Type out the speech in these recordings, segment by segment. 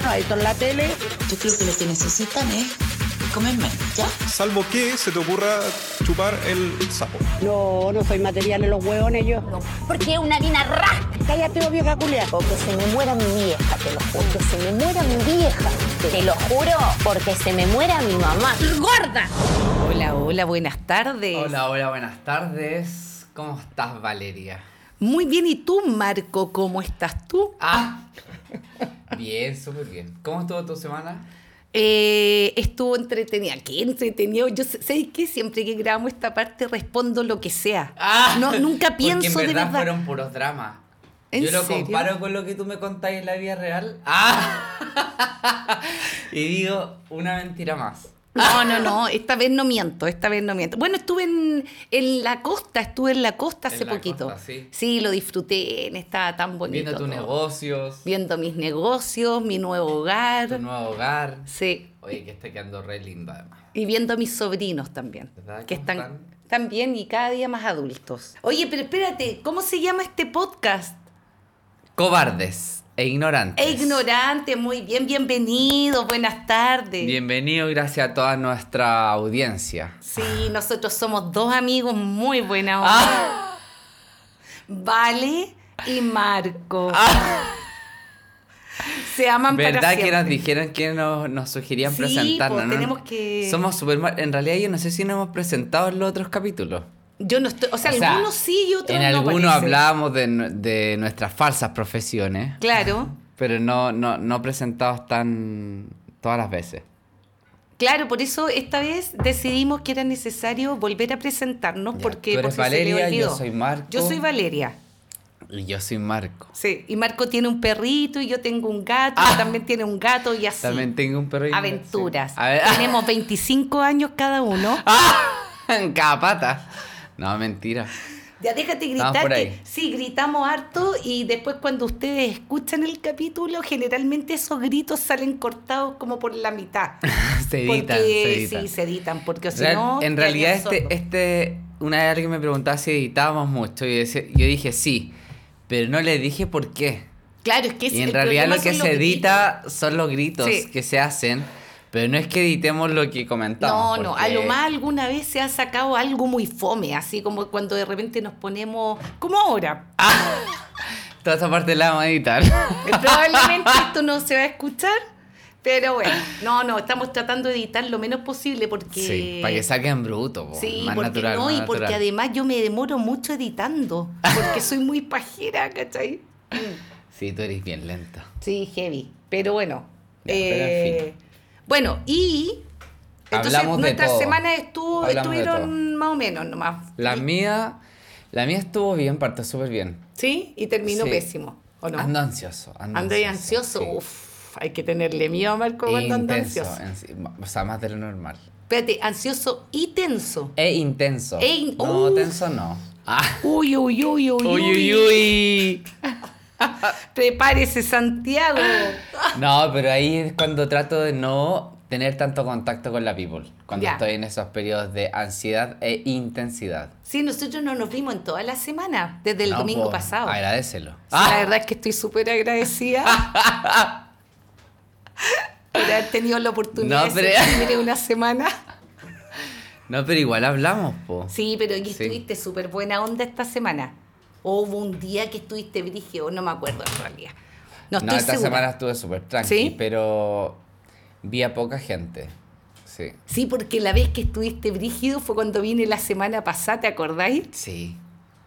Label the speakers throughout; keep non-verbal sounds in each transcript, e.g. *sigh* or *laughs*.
Speaker 1: clavadito en la tele.
Speaker 2: Yo creo que lo que necesitan es comerme, ¿ya?
Speaker 3: Salvo que se te ocurra chupar el sapo.
Speaker 1: No, no soy material en los hueones yo.
Speaker 4: No, porque es una harina rasca.
Speaker 1: Cállate, obvio, caculia.
Speaker 4: O que se me muera mi vieja, te lo juro. Que se me muera mi vieja. Te lo juro, porque se me muera mi mamá. ¡Gorda!
Speaker 5: Hola, hola, buenas tardes.
Speaker 6: Hola, hola, buenas tardes. ¿Cómo estás, Valeria?
Speaker 5: Muy bien, ¿y tú, Marco? ¿Cómo estás tú?
Speaker 6: Ah, bien, súper bien. ¿Cómo estuvo tu semana?
Speaker 5: Eh, estuvo entretenida. ¿Qué entretenido? Yo sé, sé que siempre que grabamos esta parte respondo lo que sea.
Speaker 6: Ah,
Speaker 5: no, nunca pienso
Speaker 6: porque en verdad
Speaker 5: de verdad.
Speaker 6: fueron puros dramas.
Speaker 5: ¿En
Speaker 6: Yo lo
Speaker 5: serio?
Speaker 6: comparo con lo que tú me contáis en la vida real. Ah. *laughs* y digo, una mentira más.
Speaker 5: No, no, no, esta vez no miento, esta vez no miento. Bueno, estuve en, en la costa, estuve en la costa
Speaker 6: En
Speaker 5: hace
Speaker 6: la
Speaker 5: poquito.
Speaker 6: costa, sí.
Speaker 5: lo disfruté, estaba tan bonito.
Speaker 6: Viendo tus
Speaker 5: todo.
Speaker 6: negocios,
Speaker 5: Viendo mis negocios, mi nuevo
Speaker 6: tu
Speaker 5: hogar.
Speaker 6: nuevo hogar.
Speaker 5: Sí.
Speaker 6: Oye, que está quedando re lindo además.
Speaker 5: Y viendo a mis sobrinos también,
Speaker 6: ¿Verdad?
Speaker 5: que
Speaker 6: ¿Cómo
Speaker 5: están,
Speaker 6: están?
Speaker 5: están bien y cada día más adultos. Oye, pero espérate, ¿cómo se llama este podcast?
Speaker 6: Cobardes e ignorantes.
Speaker 5: E ignorante, muy bien, bienvenido, buenas tardes.
Speaker 6: Bienvenido, gracias a toda nuestra audiencia.
Speaker 5: Sí, nosotros somos dos amigos muy buena onda.
Speaker 6: Ah.
Speaker 5: Vale y Marco. Se aman para
Speaker 6: Ah. ¿Verdad que
Speaker 5: siempre.
Speaker 6: nos dijeron que nos, nos sugerían
Speaker 5: Sí,
Speaker 6: presentarnos?
Speaker 5: pues,
Speaker 6: ¿no?
Speaker 5: tenemos que-
Speaker 6: Somos super En realidad yo no sé si nos hemos presentado en los otros capítulos.
Speaker 5: Yo no estoy, o sea,
Speaker 6: O sea,
Speaker 5: algunos sí y otros
Speaker 6: En
Speaker 5: no.
Speaker 6: algunos
Speaker 5: parece.
Speaker 6: hablábamos de, nu- de nuestras falsas profesiones,
Speaker 5: Claro,
Speaker 6: pero no, no, no presentados tan todas las veces.
Speaker 5: claro, por eso esta vez decidimos que era necesario volver a presentarnos
Speaker 6: Ya,
Speaker 5: porque
Speaker 6: tú eres
Speaker 5: por si se le
Speaker 6: Valeria, yo
Speaker 5: olvidó.
Speaker 6: soy Marco.
Speaker 5: Yo soy Valeria.
Speaker 6: Y yo soy Marco.
Speaker 5: Sí, y Marco tiene un perrito y yo tengo un gato, y también tiene un gato y así.
Speaker 6: Ah. También tengo un perro. y-
Speaker 5: Aventuras.
Speaker 6: sí. A ver- Ah.
Speaker 5: Tenemos
Speaker 6: *laughs*
Speaker 5: 25 años cada uno.
Speaker 6: en cada pata. No, mentira. *laughs*
Speaker 5: Ya déjate
Speaker 6: Estamos
Speaker 5: gritar
Speaker 6: por
Speaker 5: que
Speaker 6: ahí.
Speaker 5: sí, gritamos harto y después cuando ustedes escuchan el capítulo, generalmente esos gritos salen cortados como por la mitad.
Speaker 6: *laughs* Se
Speaker 5: Porque-
Speaker 6: editan, se editan.
Speaker 5: Sí, se editan, porque si
Speaker 6: Real-
Speaker 5: no.
Speaker 6: en
Speaker 5: te
Speaker 6: realidad,
Speaker 5: harías sordo.
Speaker 6: este, este, una vez alguien me preguntaba si editábamos mucho y decía- yo dije sí, pero no le dije por qué.
Speaker 5: Claro, es que es-
Speaker 6: Y en
Speaker 5: el
Speaker 6: realidad
Speaker 5: problema
Speaker 6: lo que
Speaker 5: son
Speaker 6: se
Speaker 5: los gritos.
Speaker 6: edita son los gritos
Speaker 5: Sí.
Speaker 6: que se hacen, pero no es que editemos lo que
Speaker 5: No,
Speaker 6: comentamos.
Speaker 5: no, a
Speaker 6: porque-
Speaker 5: lo más alguna vez se ha sacado algo muy fome, así como cuando de repente nos ponemos, como ahora.
Speaker 6: Ah. Toda esa parte la vamos
Speaker 5: *laughs*
Speaker 6: a editar.
Speaker 5: Eh, Probablemente *laughs* esto no se va a escuchar, pero bueno, no, no, estamos tratando de editar lo menos posible porque...
Speaker 6: Sí, para que saquen bruto, po,
Speaker 5: Sí,
Speaker 6: más
Speaker 5: porque
Speaker 6: natural.
Speaker 5: no,
Speaker 6: más
Speaker 5: y porque
Speaker 6: natural.
Speaker 5: además yo me demoro mucho editando, porque soy muy pajera, ¿cachai?
Speaker 6: Sí, tú eres bien lento.
Speaker 5: Sí, heavy, pero bueno.
Speaker 6: Ya, pero en
Speaker 5: eh, Bueno, y... Entonces
Speaker 6: Hablamos de
Speaker 5: nuestras
Speaker 6: todo.
Speaker 5: semanas estuvo,
Speaker 6: Hablamos de
Speaker 5: estuvieron más o menos nomás.
Speaker 6: La mía, la mía estuvo bien, partió súper bien.
Speaker 5: Sí, y terminó
Speaker 6: Sí.
Speaker 5: pésimo, ¿o no?
Speaker 6: Ando ansioso. Ando
Speaker 5: Ando y ansioso,
Speaker 6: sí.
Speaker 5: uf, hay que tenerle miedo a Marco cuando anda
Speaker 6: intenso, eh.
Speaker 5: ansioso.
Speaker 6: en- o sea, más de lo normal.
Speaker 5: Espérate, ansioso y tenso.
Speaker 6: E intenso.
Speaker 5: E in-
Speaker 6: no,
Speaker 5: Uf.
Speaker 6: tenso no. Ah.
Speaker 5: Uy, uy, uy, uy,
Speaker 6: Uy,
Speaker 5: uy.
Speaker 6: uy, uy.
Speaker 5: *laughs* Prepárese, Santiago.
Speaker 6: No, pero ahí es cuando trato de no tener tanto contacto con la people. Cuando
Speaker 5: Ya.
Speaker 6: estoy en esos periodos de ansiedad e intensidad.
Speaker 5: Sí, nosotros no nos vimos en toda la semana, desde el
Speaker 6: No,
Speaker 5: domingo
Speaker 6: po, Ah.
Speaker 5: pasado.
Speaker 6: Agradecelo.
Speaker 5: Sí, La verdad es que estoy súper
Speaker 6: *laughs*
Speaker 5: agradecida por haber tenido la oportunidad
Speaker 6: No,
Speaker 5: de
Speaker 6: pero-
Speaker 5: sentirme una semana.
Speaker 6: No, pero igual hablamos, po.
Speaker 5: Sí, pero aquí
Speaker 6: Sí.
Speaker 5: estuviste súper buena onda esta semana. O Hubo un día que estuviste brígido, no me acuerdo en realidad. No
Speaker 6: No,
Speaker 5: estoy
Speaker 6: esta
Speaker 5: segura.
Speaker 6: semana estuve súper tranqui,
Speaker 5: ¿Sí?
Speaker 6: pero vi a poca gente. Sí.
Speaker 5: Sí, porque la vez que estuviste brígido fue cuando vine la semana pasada, ¿te acordáis?
Speaker 6: Sí.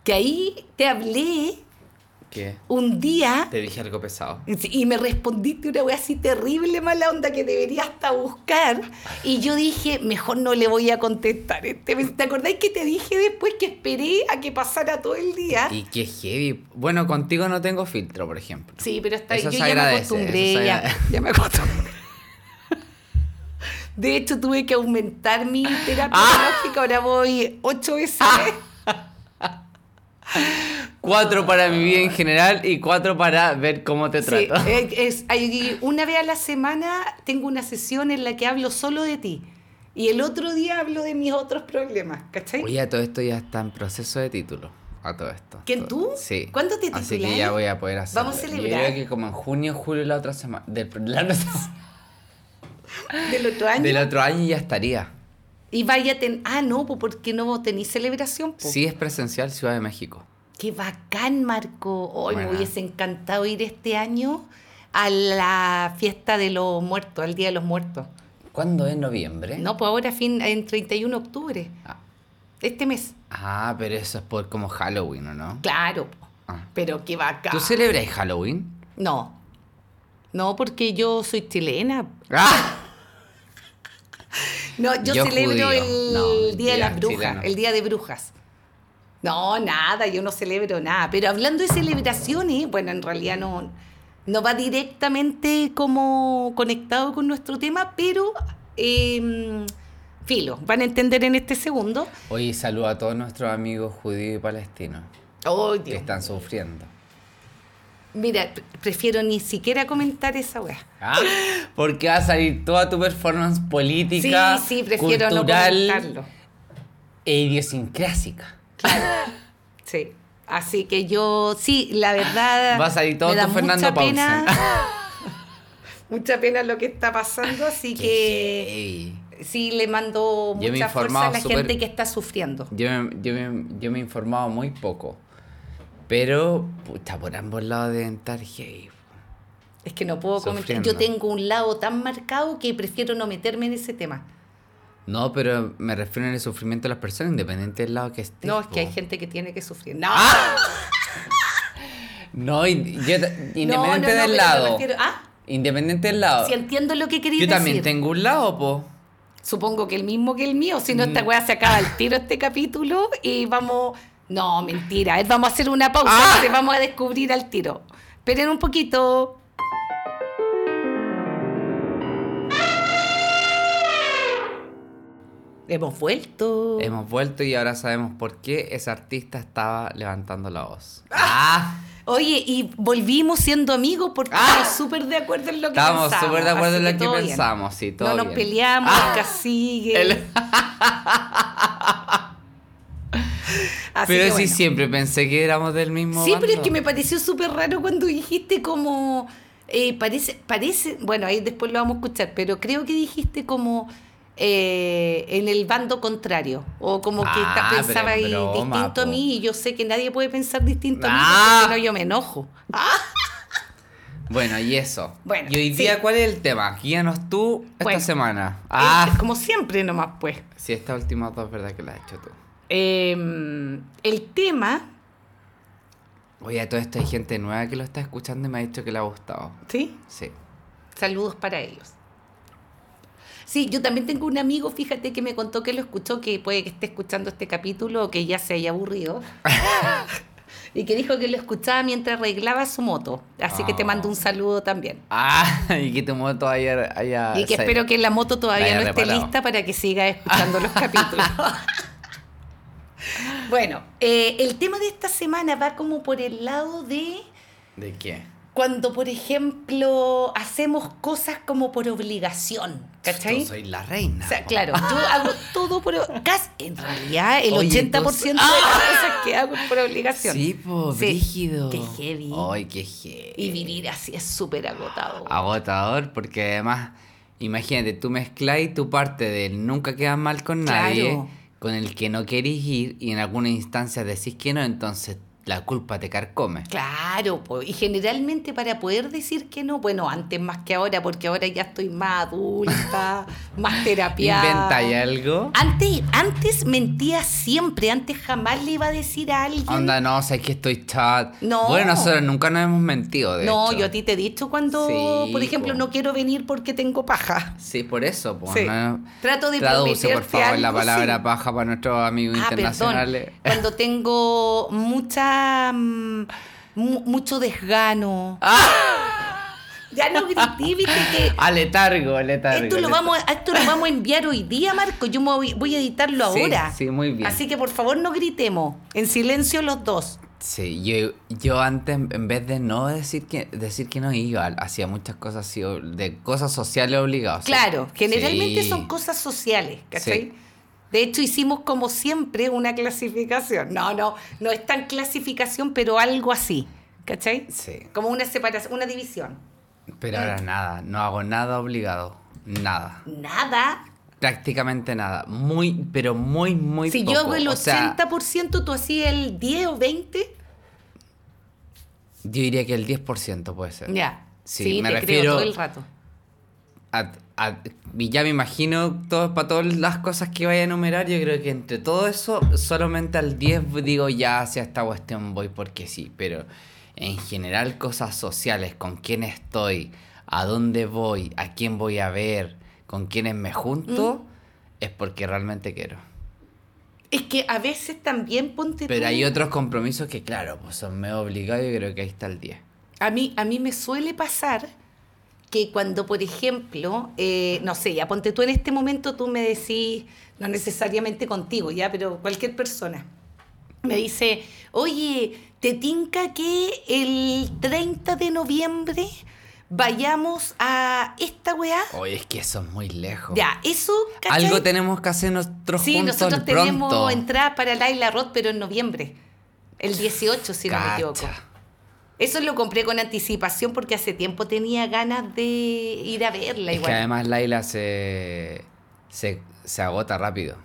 Speaker 5: Que ahí te hablé
Speaker 6: ¿Qué?
Speaker 5: un día
Speaker 6: Te dije algo pesado.
Speaker 5: y me respondiste una wea así terrible, mala onda, que debería hasta buscar. Y yo dije, mejor no le voy a contestar. ¿Te, te acordáis que te dije después que esperé a que pasara todo el día?
Speaker 6: Y qué heavy. Bueno, contigo no tengo filtro, por ejemplo.
Speaker 5: Sí, pero está yo
Speaker 6: Eso se
Speaker 5: ya me
Speaker 6: agradece,
Speaker 5: acostumbré,
Speaker 6: eso se
Speaker 5: ya,
Speaker 6: agradece.
Speaker 5: ya me acostumbré. De hecho, tuve que aumentar mi terapia
Speaker 6: Ah.
Speaker 5: lógica, ahora voy ocho veces.
Speaker 6: Cuatro para mi vida en general y cuatro para ver cómo te
Speaker 5: Sí, eh,
Speaker 6: trato.
Speaker 5: es- es- hay- una vez a la semana tengo una sesión en la que hablo solo de ti. Y el otro día hablo de mis otros problemas, ¿cachai?
Speaker 6: Oye, a todo esto ya está en proceso de título. a todo esto.
Speaker 5: ¿Quién, tú?
Speaker 6: Sí.
Speaker 5: ¿Cuándo te
Speaker 6: Así que
Speaker 5: titulas?
Speaker 6: ya voy a poder hacerlo.
Speaker 5: Vamos a
Speaker 6: Yo
Speaker 5: celebrar.
Speaker 6: creo que como en junio, julio, la otra semana. Del, la otra semana-
Speaker 5: Del otro año.
Speaker 6: del otro año ya estaría.
Speaker 5: Y vaya, ten... ah, no, pues porque no tenéis celebración. pues.
Speaker 6: Sí es presencial Ciudad de México.
Speaker 5: Qué bacán, Marco. Hoy me
Speaker 6: Buena.
Speaker 5: hubiese encantado ir este año a la fiesta de los muertos, al Día de los Muertos.
Speaker 6: ¿Cuándo es noviembre?
Speaker 5: No, pues ahora fin en 31 de octubre,
Speaker 6: ¿Eh? Ah,
Speaker 5: este mes.
Speaker 6: ah, pero eso es por como Halloween, ¿o no?
Speaker 5: Claro, po.
Speaker 6: Ah.
Speaker 5: pero qué bacán.
Speaker 6: ¿Tú celebras Halloween?
Speaker 5: No. No, porque yo soy chilena.
Speaker 6: ¡Ah!
Speaker 5: No, yo,
Speaker 6: Yo
Speaker 5: celebro
Speaker 6: judío.
Speaker 5: el
Speaker 6: No,
Speaker 5: Día de
Speaker 6: mentira,
Speaker 5: las Brujas,
Speaker 6: chileno.
Speaker 5: el Día de Brujas. No, nada, yo no celebro nada. Pero hablando de celebraciones, bueno, en realidad no, no va directamente como conectado con nuestro tema, pero eh, filo, van a entender en este segundo.
Speaker 6: Oye, saludo a todos nuestros amigos judíos y palestinos
Speaker 5: Oh,
Speaker 6: que
Speaker 5: Dios.
Speaker 6: están sufriendo.
Speaker 5: Mira, pre- prefiero ni siquiera comentar esa weá.
Speaker 6: Ah, Porque va a salir toda tu performance política,
Speaker 5: sí, sí, prefiero
Speaker 6: cultural
Speaker 5: no comentarlo.
Speaker 6: e idiosincrásica.
Speaker 5: Sí. Así que yo, sí, la
Speaker 6: *laughs*
Speaker 5: verdad.
Speaker 6: Va a salir todo
Speaker 5: me da
Speaker 6: tu Fernando
Speaker 5: mucha pena, *laughs* mucha pena lo que está pasando, así que
Speaker 6: Ey,
Speaker 5: sí le mando
Speaker 6: Yo me he
Speaker 5: mucha fuerza a
Speaker 6: informado
Speaker 5: la
Speaker 6: súper-
Speaker 5: gente que está sufriendo.
Speaker 6: Yo me, yo, me, yo me he informado muy poco. Pero, puta, por ambos lados deben estar heavy.
Speaker 5: Es que no puedo comentar.
Speaker 6: Sufriendo.
Speaker 5: Yo tengo un lado tan marcado que prefiero no meterme en ese tema.
Speaker 6: No, pero me refiero en el sufrimiento de las personas, independiente del lado que esté.
Speaker 5: No, es que hay gente que tiene que sufrir. No,
Speaker 6: ¡Ah! No, y- yo ta- independiente
Speaker 5: no, no, pero
Speaker 6: del
Speaker 5: me
Speaker 6: lado.
Speaker 5: refiero- ah.
Speaker 6: Independiente del lado.
Speaker 5: si entiendo lo que quería
Speaker 6: Yo
Speaker 5: decir.
Speaker 6: también tengo un lado, po.
Speaker 5: Supongo que el mismo que el mío, si no
Speaker 6: Mm.
Speaker 5: esta weá se acaba el tiro este capítulo y vamos... No, mentira, eh, vamos a hacer una pausa,
Speaker 6: Ah.
Speaker 5: te vamos a descubrir al tiro. Esperen un poquito. Hemos vuelto.
Speaker 6: Hemos vuelto y ahora sabemos por qué ese artista estaba levantando la voz.
Speaker 5: Ah, Oye, y volvimos siendo amigos porque
Speaker 6: Ah.
Speaker 5: estamos súper de acuerdo en lo que
Speaker 6: Estábamos
Speaker 5: pensamos.
Speaker 6: súper de acuerdo
Speaker 5: así
Speaker 6: en lo que
Speaker 5: todo bien.
Speaker 6: pensamos, sí, todo
Speaker 5: No nos
Speaker 6: bien.
Speaker 5: peleamos,
Speaker 6: Ah.
Speaker 5: nunca sigue.
Speaker 6: El-
Speaker 5: Así
Speaker 6: pero
Speaker 5: que
Speaker 6: sí,
Speaker 5: bueno.
Speaker 6: siempre pensé que éramos del mismo.
Speaker 5: Sí, pero es
Speaker 6: bando.
Speaker 5: que me pareció súper raro cuando dijiste como... eh, parece, parece, bueno, ahí después lo vamos a escuchar, pero creo que dijiste como eh, en el bando contrario, o como que
Speaker 6: Ah,
Speaker 5: está-
Speaker 6: pero
Speaker 5: pensaba
Speaker 6: en
Speaker 5: ahí
Speaker 6: broma,
Speaker 5: distinto a
Speaker 6: po.
Speaker 5: mí y yo sé que nadie puede pensar distinto a mí,
Speaker 6: Ah.
Speaker 5: porque si no yo me enojo.
Speaker 6: Bueno, y eso.
Speaker 5: Bueno,
Speaker 6: y hoy
Speaker 5: sí.
Speaker 6: día, ¿cuál es el tema? Guíanos tú esta
Speaker 5: Bueno.
Speaker 6: semana. Ah,
Speaker 5: Eh, como siempre nomás, pues.
Speaker 6: sí, esta última dos, ¿verdad? Que la has hecho tú.
Speaker 5: Eh, el tema,
Speaker 6: Oye, a todo esto hay gente nueva que lo está escuchando y me ha dicho que le ha gustado.
Speaker 5: ¿sí?
Speaker 6: Sí.
Speaker 5: Saludos para ellos. Sí, yo también tengo un amigo, fíjate, que me contó que lo escuchó, que puede que esté escuchando este capítulo o que ya se haya aburrido.
Speaker 6: *laughs*
Speaker 5: *laughs* y que dijo que lo escuchaba mientras arreglaba su moto. Así que te
Speaker 6: Ah.
Speaker 5: mando un saludo también.
Speaker 6: Ah, *laughs* y que tu moto haya. haya
Speaker 5: Y que
Speaker 6: se-
Speaker 5: espero que la moto todavía
Speaker 6: La
Speaker 5: no
Speaker 6: haya
Speaker 5: esté
Speaker 6: reparado.
Speaker 5: lista para que siga escuchando
Speaker 6: *laughs*
Speaker 5: los capítulos. bueno, eh, el tema de esta semana va como por el lado de
Speaker 6: ¿De qué?
Speaker 5: cuando, por ejemplo, hacemos cosas como por obligación. ¿Cachai?
Speaker 6: Yo soy la reina.
Speaker 5: O sea,
Speaker 6: po.
Speaker 5: claro, yo hago todo por... Casi, en realidad, el
Speaker 6: Oye, Ah.
Speaker 5: 80% de las cosas que hago es por obligación.
Speaker 6: Sí, po,
Speaker 5: Sí.
Speaker 6: brígido.
Speaker 5: Qué heavy.
Speaker 6: Ay, qué heavy.
Speaker 5: Y vivir así es súper agotado.
Speaker 6: Ah. agotador porque además, imagínate, tú mezcláis tu parte del nunca quedas mal con nadie,
Speaker 5: Claro.
Speaker 6: con el que no querís ir y en alguna instancia decís que no, entonces la culpa te carcome.
Speaker 5: Claro, po, y generalmente para poder decir que no, bueno, antes más que ahora, porque ahora ya estoy más
Speaker 6: *laughs*
Speaker 5: adulta, más terapia.
Speaker 6: ¿Inventáis algo?
Speaker 5: Antes, antes mentía siempre, antes jamás le iba a decir a alguien.
Speaker 6: Onda, no, sé que estoy chat.
Speaker 5: No.
Speaker 6: Bueno, nosotros nunca nos hemos mentido, de
Speaker 5: no,
Speaker 6: hecho.
Speaker 5: yo a ti te he dicho cuando,
Speaker 6: Sí,
Speaker 5: por ejemplo,
Speaker 6: po.
Speaker 5: no quiero venir porque tengo paja.
Speaker 6: Sí, por eso, pues.
Speaker 5: Sí.
Speaker 6: ¿no?
Speaker 5: Trato de
Speaker 6: Traduce, por
Speaker 5: prometerte
Speaker 6: favor, la
Speaker 5: algo,
Speaker 6: palabra
Speaker 5: sí.
Speaker 6: paja para nuestros amigos
Speaker 5: Ah,
Speaker 6: internacionales.
Speaker 5: perdón. *laughs* Cuando tengo mucha. mm, mu- mucho desgano. *laughs*
Speaker 6: ¡Ah!
Speaker 5: Ya no grité, viste que.
Speaker 6: A letargo, letargo.
Speaker 5: Esto lo, vamos, a- esto lo vamos a enviar hoy día, Marco. Yo me voy, voy a editarlo
Speaker 6: Sí,
Speaker 5: ahora.
Speaker 6: sí, muy bien.
Speaker 5: Así que por favor no gritemos. En silencio los dos.
Speaker 6: Sí, yo, yo antes, en vez de no decir que decir que no iba, hacía muchas cosas así, o- de cosas sociales obligadas.
Speaker 5: Claro, generalmente
Speaker 6: Sí.
Speaker 5: son cosas sociales, ¿cachai?
Speaker 6: Sí.
Speaker 5: De hecho, hicimos como siempre una clasificación. No, no, no es tan clasificación, pero algo así. ¿Cachai?
Speaker 6: Sí.
Speaker 5: Como una separación, una división.
Speaker 6: Pero ahora nada, no hago nada obligado. Nada.
Speaker 5: Nada.
Speaker 6: Prácticamente nada. Muy, pero muy, muy
Speaker 5: si
Speaker 6: poco.
Speaker 5: yo hago el
Speaker 6: O sea,
Speaker 5: 80%, tú hacías el 10 o 20.
Speaker 6: yo diría que el 10% puede ser.
Speaker 5: Ya.
Speaker 6: Sí,
Speaker 5: Sí,
Speaker 6: me
Speaker 5: te
Speaker 6: refiero
Speaker 5: creo todo el rato.
Speaker 6: a- a- y ya me imagino todo, para todas las cosas que vaya a enumerar, yo creo que entre todo eso, solamente al 10 digo ya hacia esta cuestión voy porque sí, pero en general cosas sociales, con quién estoy, a dónde voy, a quién voy a ver, con quiénes me junto,
Speaker 5: Mm.
Speaker 6: es porque realmente quiero.
Speaker 5: Es que a veces también ponte
Speaker 6: Pero
Speaker 5: tú-
Speaker 6: hay otros compromisos que claro, pues son medio obligados y creo que ahí está el 10.
Speaker 5: A mí, a mí me suele pasar que cuando, por ejemplo, eh, no sé, ya ponte tú en este momento, tú me decís, no necesariamente contigo, ya, pero cualquier persona, me dice, oye, ¿te tinca que el 30 de noviembre vayamos a esta weá?
Speaker 6: Oye, es que eso es muy lejos.
Speaker 5: Ya, eso, ¿cachai?
Speaker 6: Oh. Algo tenemos que hacer nosotros
Speaker 5: Sí,
Speaker 6: juntos
Speaker 5: nosotros
Speaker 6: pronto.
Speaker 5: tenemos entradas para Laila Roth, pero en noviembre, el 18, si no me
Speaker 6: Cacha.
Speaker 5: equivoco. Eso lo compré con anticipación porque hace tiempo tenía ganas de ir a verla
Speaker 6: Es
Speaker 5: igual.
Speaker 6: que además Laila se, se, se agota rápido.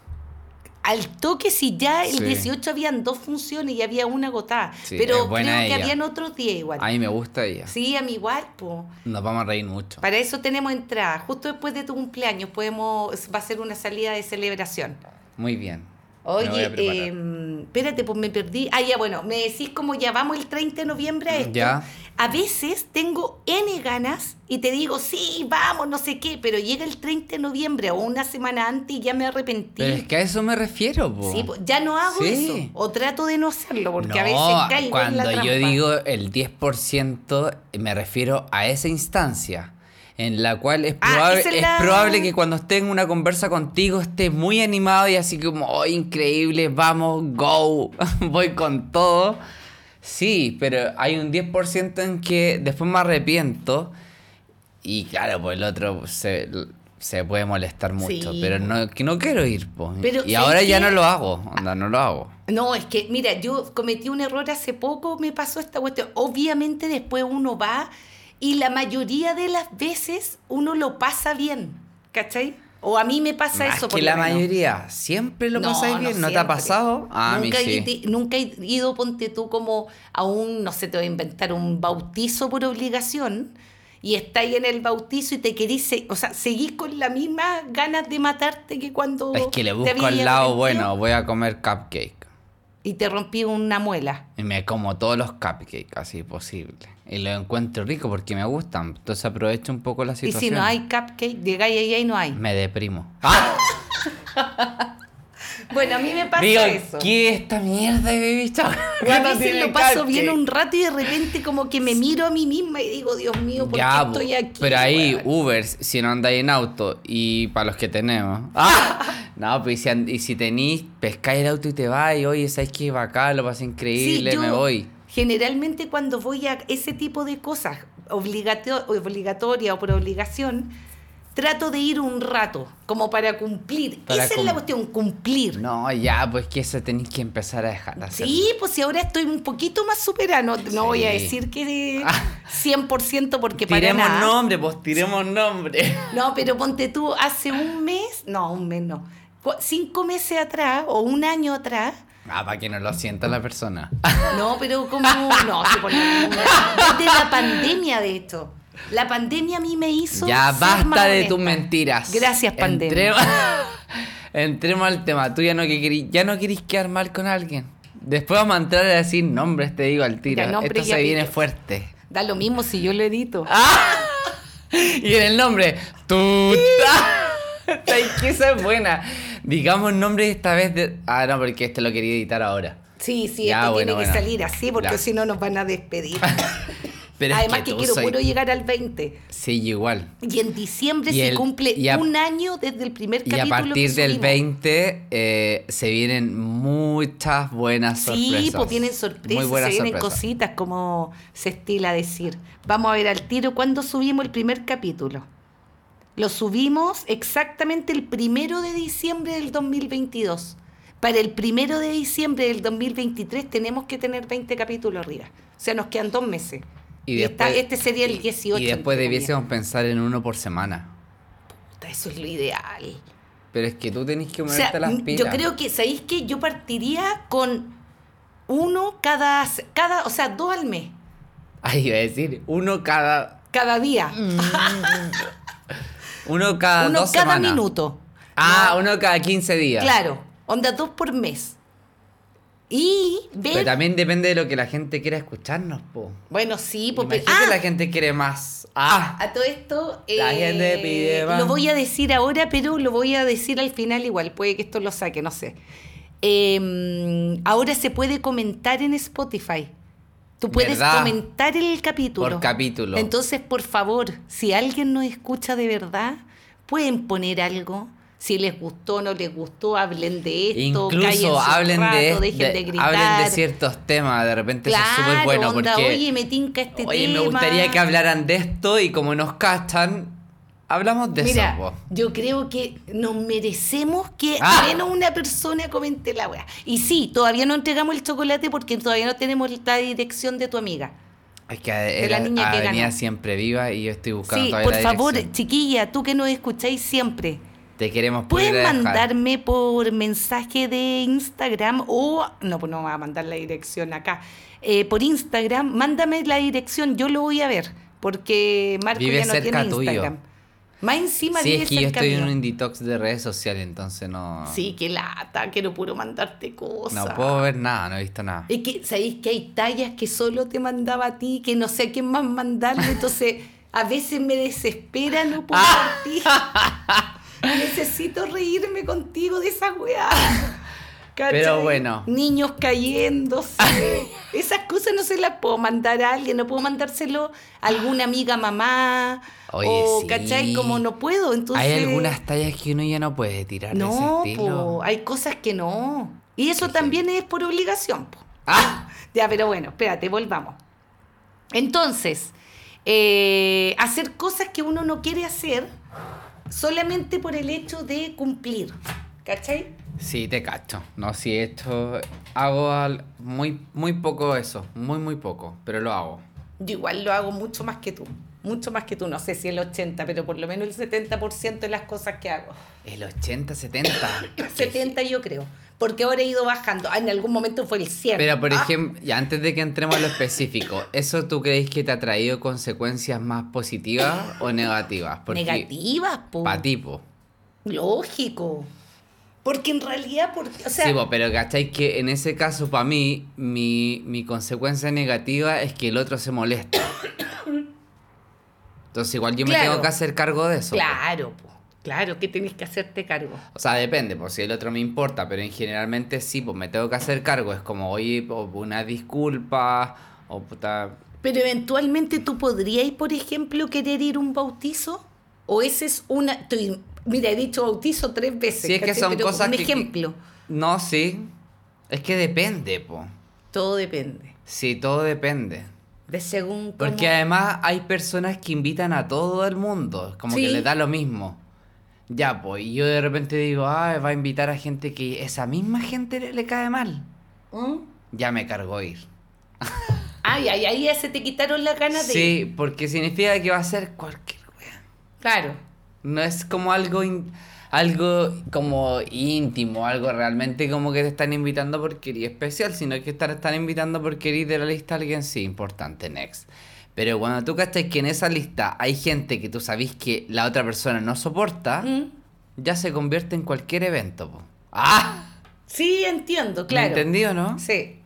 Speaker 5: Al toque si ya el
Speaker 6: Sí.
Speaker 5: 18 habían dos funciones y había una agotada.
Speaker 6: Sí, es
Speaker 5: pero creo
Speaker 6: buena
Speaker 5: que
Speaker 6: ella.
Speaker 5: habían otros 10 igual.
Speaker 6: A mí me gusta ella.
Speaker 5: Sí, a mi igual, po.
Speaker 6: Nos vamos a reír mucho.
Speaker 5: Para eso tenemos entrada. Justo después de tu cumpleaños podemos va a ser una salida de celebración.
Speaker 6: Muy bien. Me voy a
Speaker 5: Oye,
Speaker 6: preparar.
Speaker 5: eh, espérate, pues me perdí. Ah, ya, bueno, me decís como ya vamos el 30 de noviembre a esto.
Speaker 6: Mm, Ya.
Speaker 5: A veces tengo N ganas y te digo, sí, vamos, no sé qué, pero llega el 30 de noviembre o una semana antes y ya me arrepentí.
Speaker 6: Pero es que a eso me refiero, po.
Speaker 5: Sí, pues, ya no hago
Speaker 6: Sí.
Speaker 5: eso. O trato de no hacerlo, porque a veces
Speaker 6: No,
Speaker 5: caigo en
Speaker 6: cuando
Speaker 5: la
Speaker 6: yo
Speaker 5: trampa.
Speaker 6: digo el 10%, me refiero a esa instancia en la cual es
Speaker 5: Ah,
Speaker 6: probable,
Speaker 5: esa es
Speaker 6: es
Speaker 5: la-
Speaker 6: probable que cuando esté en una conversa contigo esté muy animado y así como, oh, increíble, vamos, go, *laughs* voy con todo. Sí, pero hay un 10% en que después me arrepiento y claro, pues el otro se, se puede molestar mucho,
Speaker 5: Sí. pues.
Speaker 6: pero no, que no quiero ir. po.
Speaker 5: Pero,
Speaker 6: y ahora
Speaker 5: ¿sabes
Speaker 6: ya
Speaker 5: qué? Ah,
Speaker 6: no lo hago, onda, no lo hago.
Speaker 5: No, es que, mira, yo cometí un error hace poco, me pasó esta cuestión. Obviamente después uno va y la mayoría de las veces uno lo pasa bien, ¿cachai? O a mí me pasa
Speaker 6: Más
Speaker 5: eso. por
Speaker 6: que
Speaker 5: lo
Speaker 6: la
Speaker 5: menos.
Speaker 6: mayoría. ¿Siempre lo
Speaker 5: No,
Speaker 6: pasáis bien? ¿No, te ha
Speaker 5: siempre.
Speaker 6: pasado? Ah, a mí
Speaker 5: nunca,
Speaker 6: sí.
Speaker 5: he, ti- nunca he ido, ponte tú, como a un, no sé, te voy a inventar, un bautizo por obligación. Y estáis en el bautizo y te querís, se- o sea, seguís con las mismas ganas de matarte que cuando.
Speaker 6: Es que le
Speaker 5: te
Speaker 6: busco
Speaker 5: habías
Speaker 6: el lado
Speaker 5: arrepentido
Speaker 6: bueno. Voy a comer cupcake.
Speaker 5: Y te rompí una muela.
Speaker 6: Y me como todos los cupcakes, así posible. Y los encuentro rico porque me gustan. Entonces aprovecho un poco la situación. Mm.
Speaker 5: Y si no hay cupcake, llegáis ahí y no hay.
Speaker 6: Me deprimo. ¡Ah!
Speaker 5: Bueno, a mí me pasa
Speaker 6: Digo,
Speaker 5: eso.
Speaker 6: ¿qué es esta mierda, baby? Chao.
Speaker 5: A
Speaker 6: No
Speaker 5: veces
Speaker 6: tiene
Speaker 5: lo paso
Speaker 6: cupcake.
Speaker 5: bien un rato y de repente como que me miro a mí misma y digo, Dios mío, ¿por
Speaker 6: Ya,
Speaker 5: qué
Speaker 6: bo,
Speaker 5: estoy aquí?
Speaker 6: Pero ahí,
Speaker 5: weón?
Speaker 6: Uber, si no andáis en auto, y para los que tenemos.
Speaker 5: *laughs*
Speaker 6: ¡Ah! No, pues y si, and- y si tenís, pescáis el auto y te vais, oye, sabes que bacán, lo pasé increíble,
Speaker 5: yo
Speaker 6: me voy.
Speaker 5: Generalmente cuando voy a ese tipo de cosas obligato- obligatoria o por obligación, trato de ir un rato, como para cumplir.
Speaker 6: Para
Speaker 5: Esa es la
Speaker 6: cum-
Speaker 5: cuestión, cumplir.
Speaker 6: No, ya, pues que eso tenéis que empezar a dejar de hacer.
Speaker 5: Sí, pues si ahora estoy un poquito más supera, no, no voy a
Speaker 6: Sí.
Speaker 5: decir que
Speaker 6: Ah.
Speaker 5: 100% porque para
Speaker 6: Tiremos
Speaker 5: nada.
Speaker 6: nombre, pues tiremos nombre. *laughs*
Speaker 5: No, pero ponte tú, hace un mes, no, un mes no, cu- cinco meses atrás o un año atrás,
Speaker 6: Ah, para que no lo sienta la persona. *laughs*
Speaker 5: no, pero como, no, se ponía una- desde la pandemia de esto. La pandemia a mí me hizo.
Speaker 6: ya
Speaker 5: ser más
Speaker 6: basta de tus
Speaker 5: honesta.
Speaker 6: mentiras.
Speaker 5: Gracias, pandemia.
Speaker 6: Entremos, *laughs* entremos al tema. Tú ya no, que querís, ya no querís quedar mal con alguien. Después vamos a entrar a decir nombres, te digo al tiro.
Speaker 5: Ya, nombre
Speaker 6: Esto
Speaker 5: ya
Speaker 6: se viene
Speaker 5: pillo.
Speaker 6: fuerte.
Speaker 5: Da lo mismo si yo lo edito.
Speaker 6: Ah. Y en el nombre, tú. *laughs* Ay, que esa es buena. Digamos nombre esta vez de. Ah, no, porque este lo quería editar ahora.
Speaker 5: Sí, sí,
Speaker 6: Ya,
Speaker 5: esto
Speaker 6: bueno,
Speaker 5: tiene que
Speaker 6: bueno.
Speaker 5: salir así porque
Speaker 6: Ya.
Speaker 5: si no nos van a despedir.
Speaker 6: *laughs* Pero es
Speaker 5: Además que,
Speaker 6: tú
Speaker 5: quiero
Speaker 6: soy-
Speaker 5: puro llegar al 20.
Speaker 6: Sí, igual.
Speaker 5: Y en diciembre
Speaker 6: Y
Speaker 5: se
Speaker 6: el-
Speaker 5: cumple
Speaker 6: y a-
Speaker 5: un año desde el primer
Speaker 6: Y
Speaker 5: capítulo.
Speaker 6: a partir
Speaker 5: que
Speaker 6: del
Speaker 5: subimos.
Speaker 6: 20 eh, se vienen muchas buenas sorpresas.
Speaker 5: Sí, pues vienen sorpresas,
Speaker 6: Muy
Speaker 5: se
Speaker 6: buenas
Speaker 5: vienen
Speaker 6: sorpresas.
Speaker 5: cositas, como se estila decir. Vamos a ver al tiro cuándo subimos el primer capítulo. Lo subimos exactamente el primero de diciembre del 2022. Para el primero de diciembre del 2023 tenemos que tener 20 capítulos arriba. O sea, nos quedan dos meses.
Speaker 6: Y
Speaker 5: Y esta-
Speaker 6: después-
Speaker 5: este sería el 18.
Speaker 6: Y después
Speaker 5: entre
Speaker 6: debiésemos pensar en uno por semana.
Speaker 5: comillas. Puta, Eso es lo ideal.
Speaker 6: Pero es que tú tenés que
Speaker 5: O
Speaker 6: ponerte
Speaker 5: sea,
Speaker 6: las pilas.
Speaker 5: yo creo que, ¿sabéis qué? Yo partiría con uno cada, cada, o sea, dos al mes,
Speaker 6: *laughs* Ay, iba a decir, uno cada.
Speaker 5: cada día,
Speaker 6: Uno Mm. cada
Speaker 5: uno
Speaker 6: dos
Speaker 5: cada
Speaker 6: semanas.
Speaker 5: minuto.
Speaker 6: Ah,
Speaker 5: ¿no?
Speaker 6: uno cada 15 días.
Speaker 5: Claro, onda dos por mes. Y ver...
Speaker 6: Pero también depende de lo que la gente quiera escucharnos, po.
Speaker 5: bueno, sí, pues... pero-
Speaker 6: Imagínate
Speaker 5: Ah,
Speaker 6: la gente quiere más. Ah,
Speaker 5: a todo esto... eh,
Speaker 6: La gente pide más.
Speaker 5: Lo voy a decir ahora, pero lo voy a decir al final igual. Puede que esto lo saque, no sé. Eh, ahora se puede comentar en Spotify. Tú puedes
Speaker 6: ¿Verdad?
Speaker 5: comentar el capítulo.
Speaker 6: Por capítulo.
Speaker 5: Entonces, por favor, si alguien nos escucha de verdad, pueden poner algo. Si les gustó, no les gustó, hablen de esto. cállense
Speaker 6: incluso
Speaker 5: un
Speaker 6: hablen de,
Speaker 5: rato, dejen de,
Speaker 6: de-
Speaker 5: gritar.
Speaker 6: hablen de ciertos temas, de repente
Speaker 5: claro,
Speaker 6: eso es súper bueno
Speaker 5: onda,
Speaker 6: porque
Speaker 5: oye, me tinca este
Speaker 6: oye,
Speaker 5: tema.
Speaker 6: me gustaría que hablaran de esto y como nos cachan, hablamos de
Speaker 5: Mira,
Speaker 6: eso. po.
Speaker 5: yo creo que nos merecemos que
Speaker 6: Ah.
Speaker 5: al menos una persona comente la weá. Y sí, todavía no entregamos el chocolate porque todavía no tenemos la dirección de tu amiga.
Speaker 6: Es que a-
Speaker 5: la
Speaker 6: era
Speaker 5: niña que
Speaker 6: Avenida
Speaker 5: ganó.
Speaker 6: Siempre Viva y yo estoy buscando
Speaker 5: Sí,
Speaker 6: todavía
Speaker 5: por
Speaker 6: la
Speaker 5: favor,
Speaker 6: dirección.
Speaker 5: chiquilla, tú que nos escucháis siempre,
Speaker 6: Te queremos
Speaker 5: Puedes
Speaker 6: poder dejar.
Speaker 5: mandarme por mensaje de Instagram o. No, pues no me va a mandar la dirección acá. Eh, por Instagram, mándame la dirección, yo lo voy a ver. Porque Marco
Speaker 6: Vive
Speaker 5: ya no
Speaker 6: cerca
Speaker 5: tiene
Speaker 6: tuyo.
Speaker 5: Instagram. Más encima
Speaker 6: Sí,
Speaker 5: vive
Speaker 6: es que yo
Speaker 5: cerca
Speaker 6: estoy en
Speaker 5: mío.
Speaker 6: un detox de redes sociales, entonces no,
Speaker 5: Sí, qué lata, quiero puro mandarte cosas.
Speaker 6: no puedo ver nada, no he visto nada.
Speaker 5: Es que, ¿sabéis que hay tallas que solo te mandaba a ti, que no sé a quién más mandarle? Entonces, a veces me desespera no poder
Speaker 6: Ah. *laughs*
Speaker 5: Necesito reírme contigo de esa weá. ¿Cachai?
Speaker 6: Pero bueno.
Speaker 5: Niños cayéndose.
Speaker 6: *laughs*
Speaker 5: Esas cosas no se las puedo mandar a alguien, no puedo mandárselo a alguna amiga mamá.
Speaker 6: Oye,
Speaker 5: o,
Speaker 6: sí.
Speaker 5: oh, ¿cachai? Como no puedo. Entonces,
Speaker 6: Hay algunas tallas que uno ya no puede tirar de ese
Speaker 5: no,
Speaker 6: estilo.
Speaker 5: po, hay cosas que no. Y eso también es por obligación. po.
Speaker 6: Ah.
Speaker 5: Ya, pero bueno, espérate, volvamos. Entonces, eh, hacer cosas que uno no quiere hacer solamente por el hecho de cumplir. ¿Cachai?
Speaker 6: Sí, te cacho. No, sí, esto hago al- muy, muy poco eso, muy, muy poco, pero lo hago.
Speaker 5: Yo igual lo hago mucho más que tú. Mucho más que tú, no sé si el 80, pero por lo menos el 70% de las cosas que hago.
Speaker 6: El
Speaker 5: *coughs*
Speaker 6: 80, 70. Que-
Speaker 5: 70 yo creo, porque ahora he ido bajando. Ah, en algún momento fue el 100.
Speaker 6: Pero, por
Speaker 5: Ah,
Speaker 6: ejemplo, ya antes de que entremos a lo específico, ¿eso tú crees que te ha traído consecuencias más positivas o negativas?
Speaker 5: negativas, po.
Speaker 6: Para tipo.
Speaker 5: Lógico. Porque en realidad, porque, o sea,
Speaker 6: sí, po, pero ¿cachai? Que en ese caso, para mí, mi, mi consecuencia negativa es que el otro se molesta. Entonces, igual yo me
Speaker 5: Claro.
Speaker 6: tengo que hacer cargo de eso. po.
Speaker 5: claro, po, claro, que tenés que hacerte cargo.
Speaker 6: O sea, depende, por si el otro me importa, pero en generalmente sí, pues me tengo que hacer cargo. Es como, oye, po, una disculpa, o puta.
Speaker 5: Pero eventualmente tú podrías, por ejemplo, querer ir a un bautizo, o ese es una. estoy- mira, he dicho bautizo tres veces.
Speaker 6: Sí, es que
Speaker 5: ¿cachai?
Speaker 6: son
Speaker 5: Pero
Speaker 6: cosas
Speaker 5: un
Speaker 6: que- que-
Speaker 5: ejemplo.
Speaker 6: No, sí. Es que depende, po.
Speaker 5: Todo depende.
Speaker 6: Sí, todo depende.
Speaker 5: De según cómo-
Speaker 6: Porque además hay personas que invitan a todo el mundo, como
Speaker 5: Sí.
Speaker 6: que les da lo mismo. Ya, pues, y yo de repente digo, ah, va a invitar a gente que esa misma gente le, le cae mal.
Speaker 5: ¿Mm?
Speaker 6: Ya me cargo ir.
Speaker 5: Ay, ay, ay, ya se te quitaron las ganas de ir.
Speaker 6: Sí, porque significa que va a ser cualquier wea.
Speaker 5: Claro.
Speaker 6: No es como algo in- algo como íntimo, algo realmente como que te están invitando porque eres especial, sino que te están invitando porque eres de la lista alguien sí importante, next. Pero cuando tú cachas que en esa lista hay gente que tú sabes que la otra persona no soporta,
Speaker 5: ¿Mm?
Speaker 6: ya se convierte en cualquier evento. po. ¡Ah!
Speaker 5: Sí, entiendo, claro.
Speaker 6: ¿Entendido, no?
Speaker 5: Sí.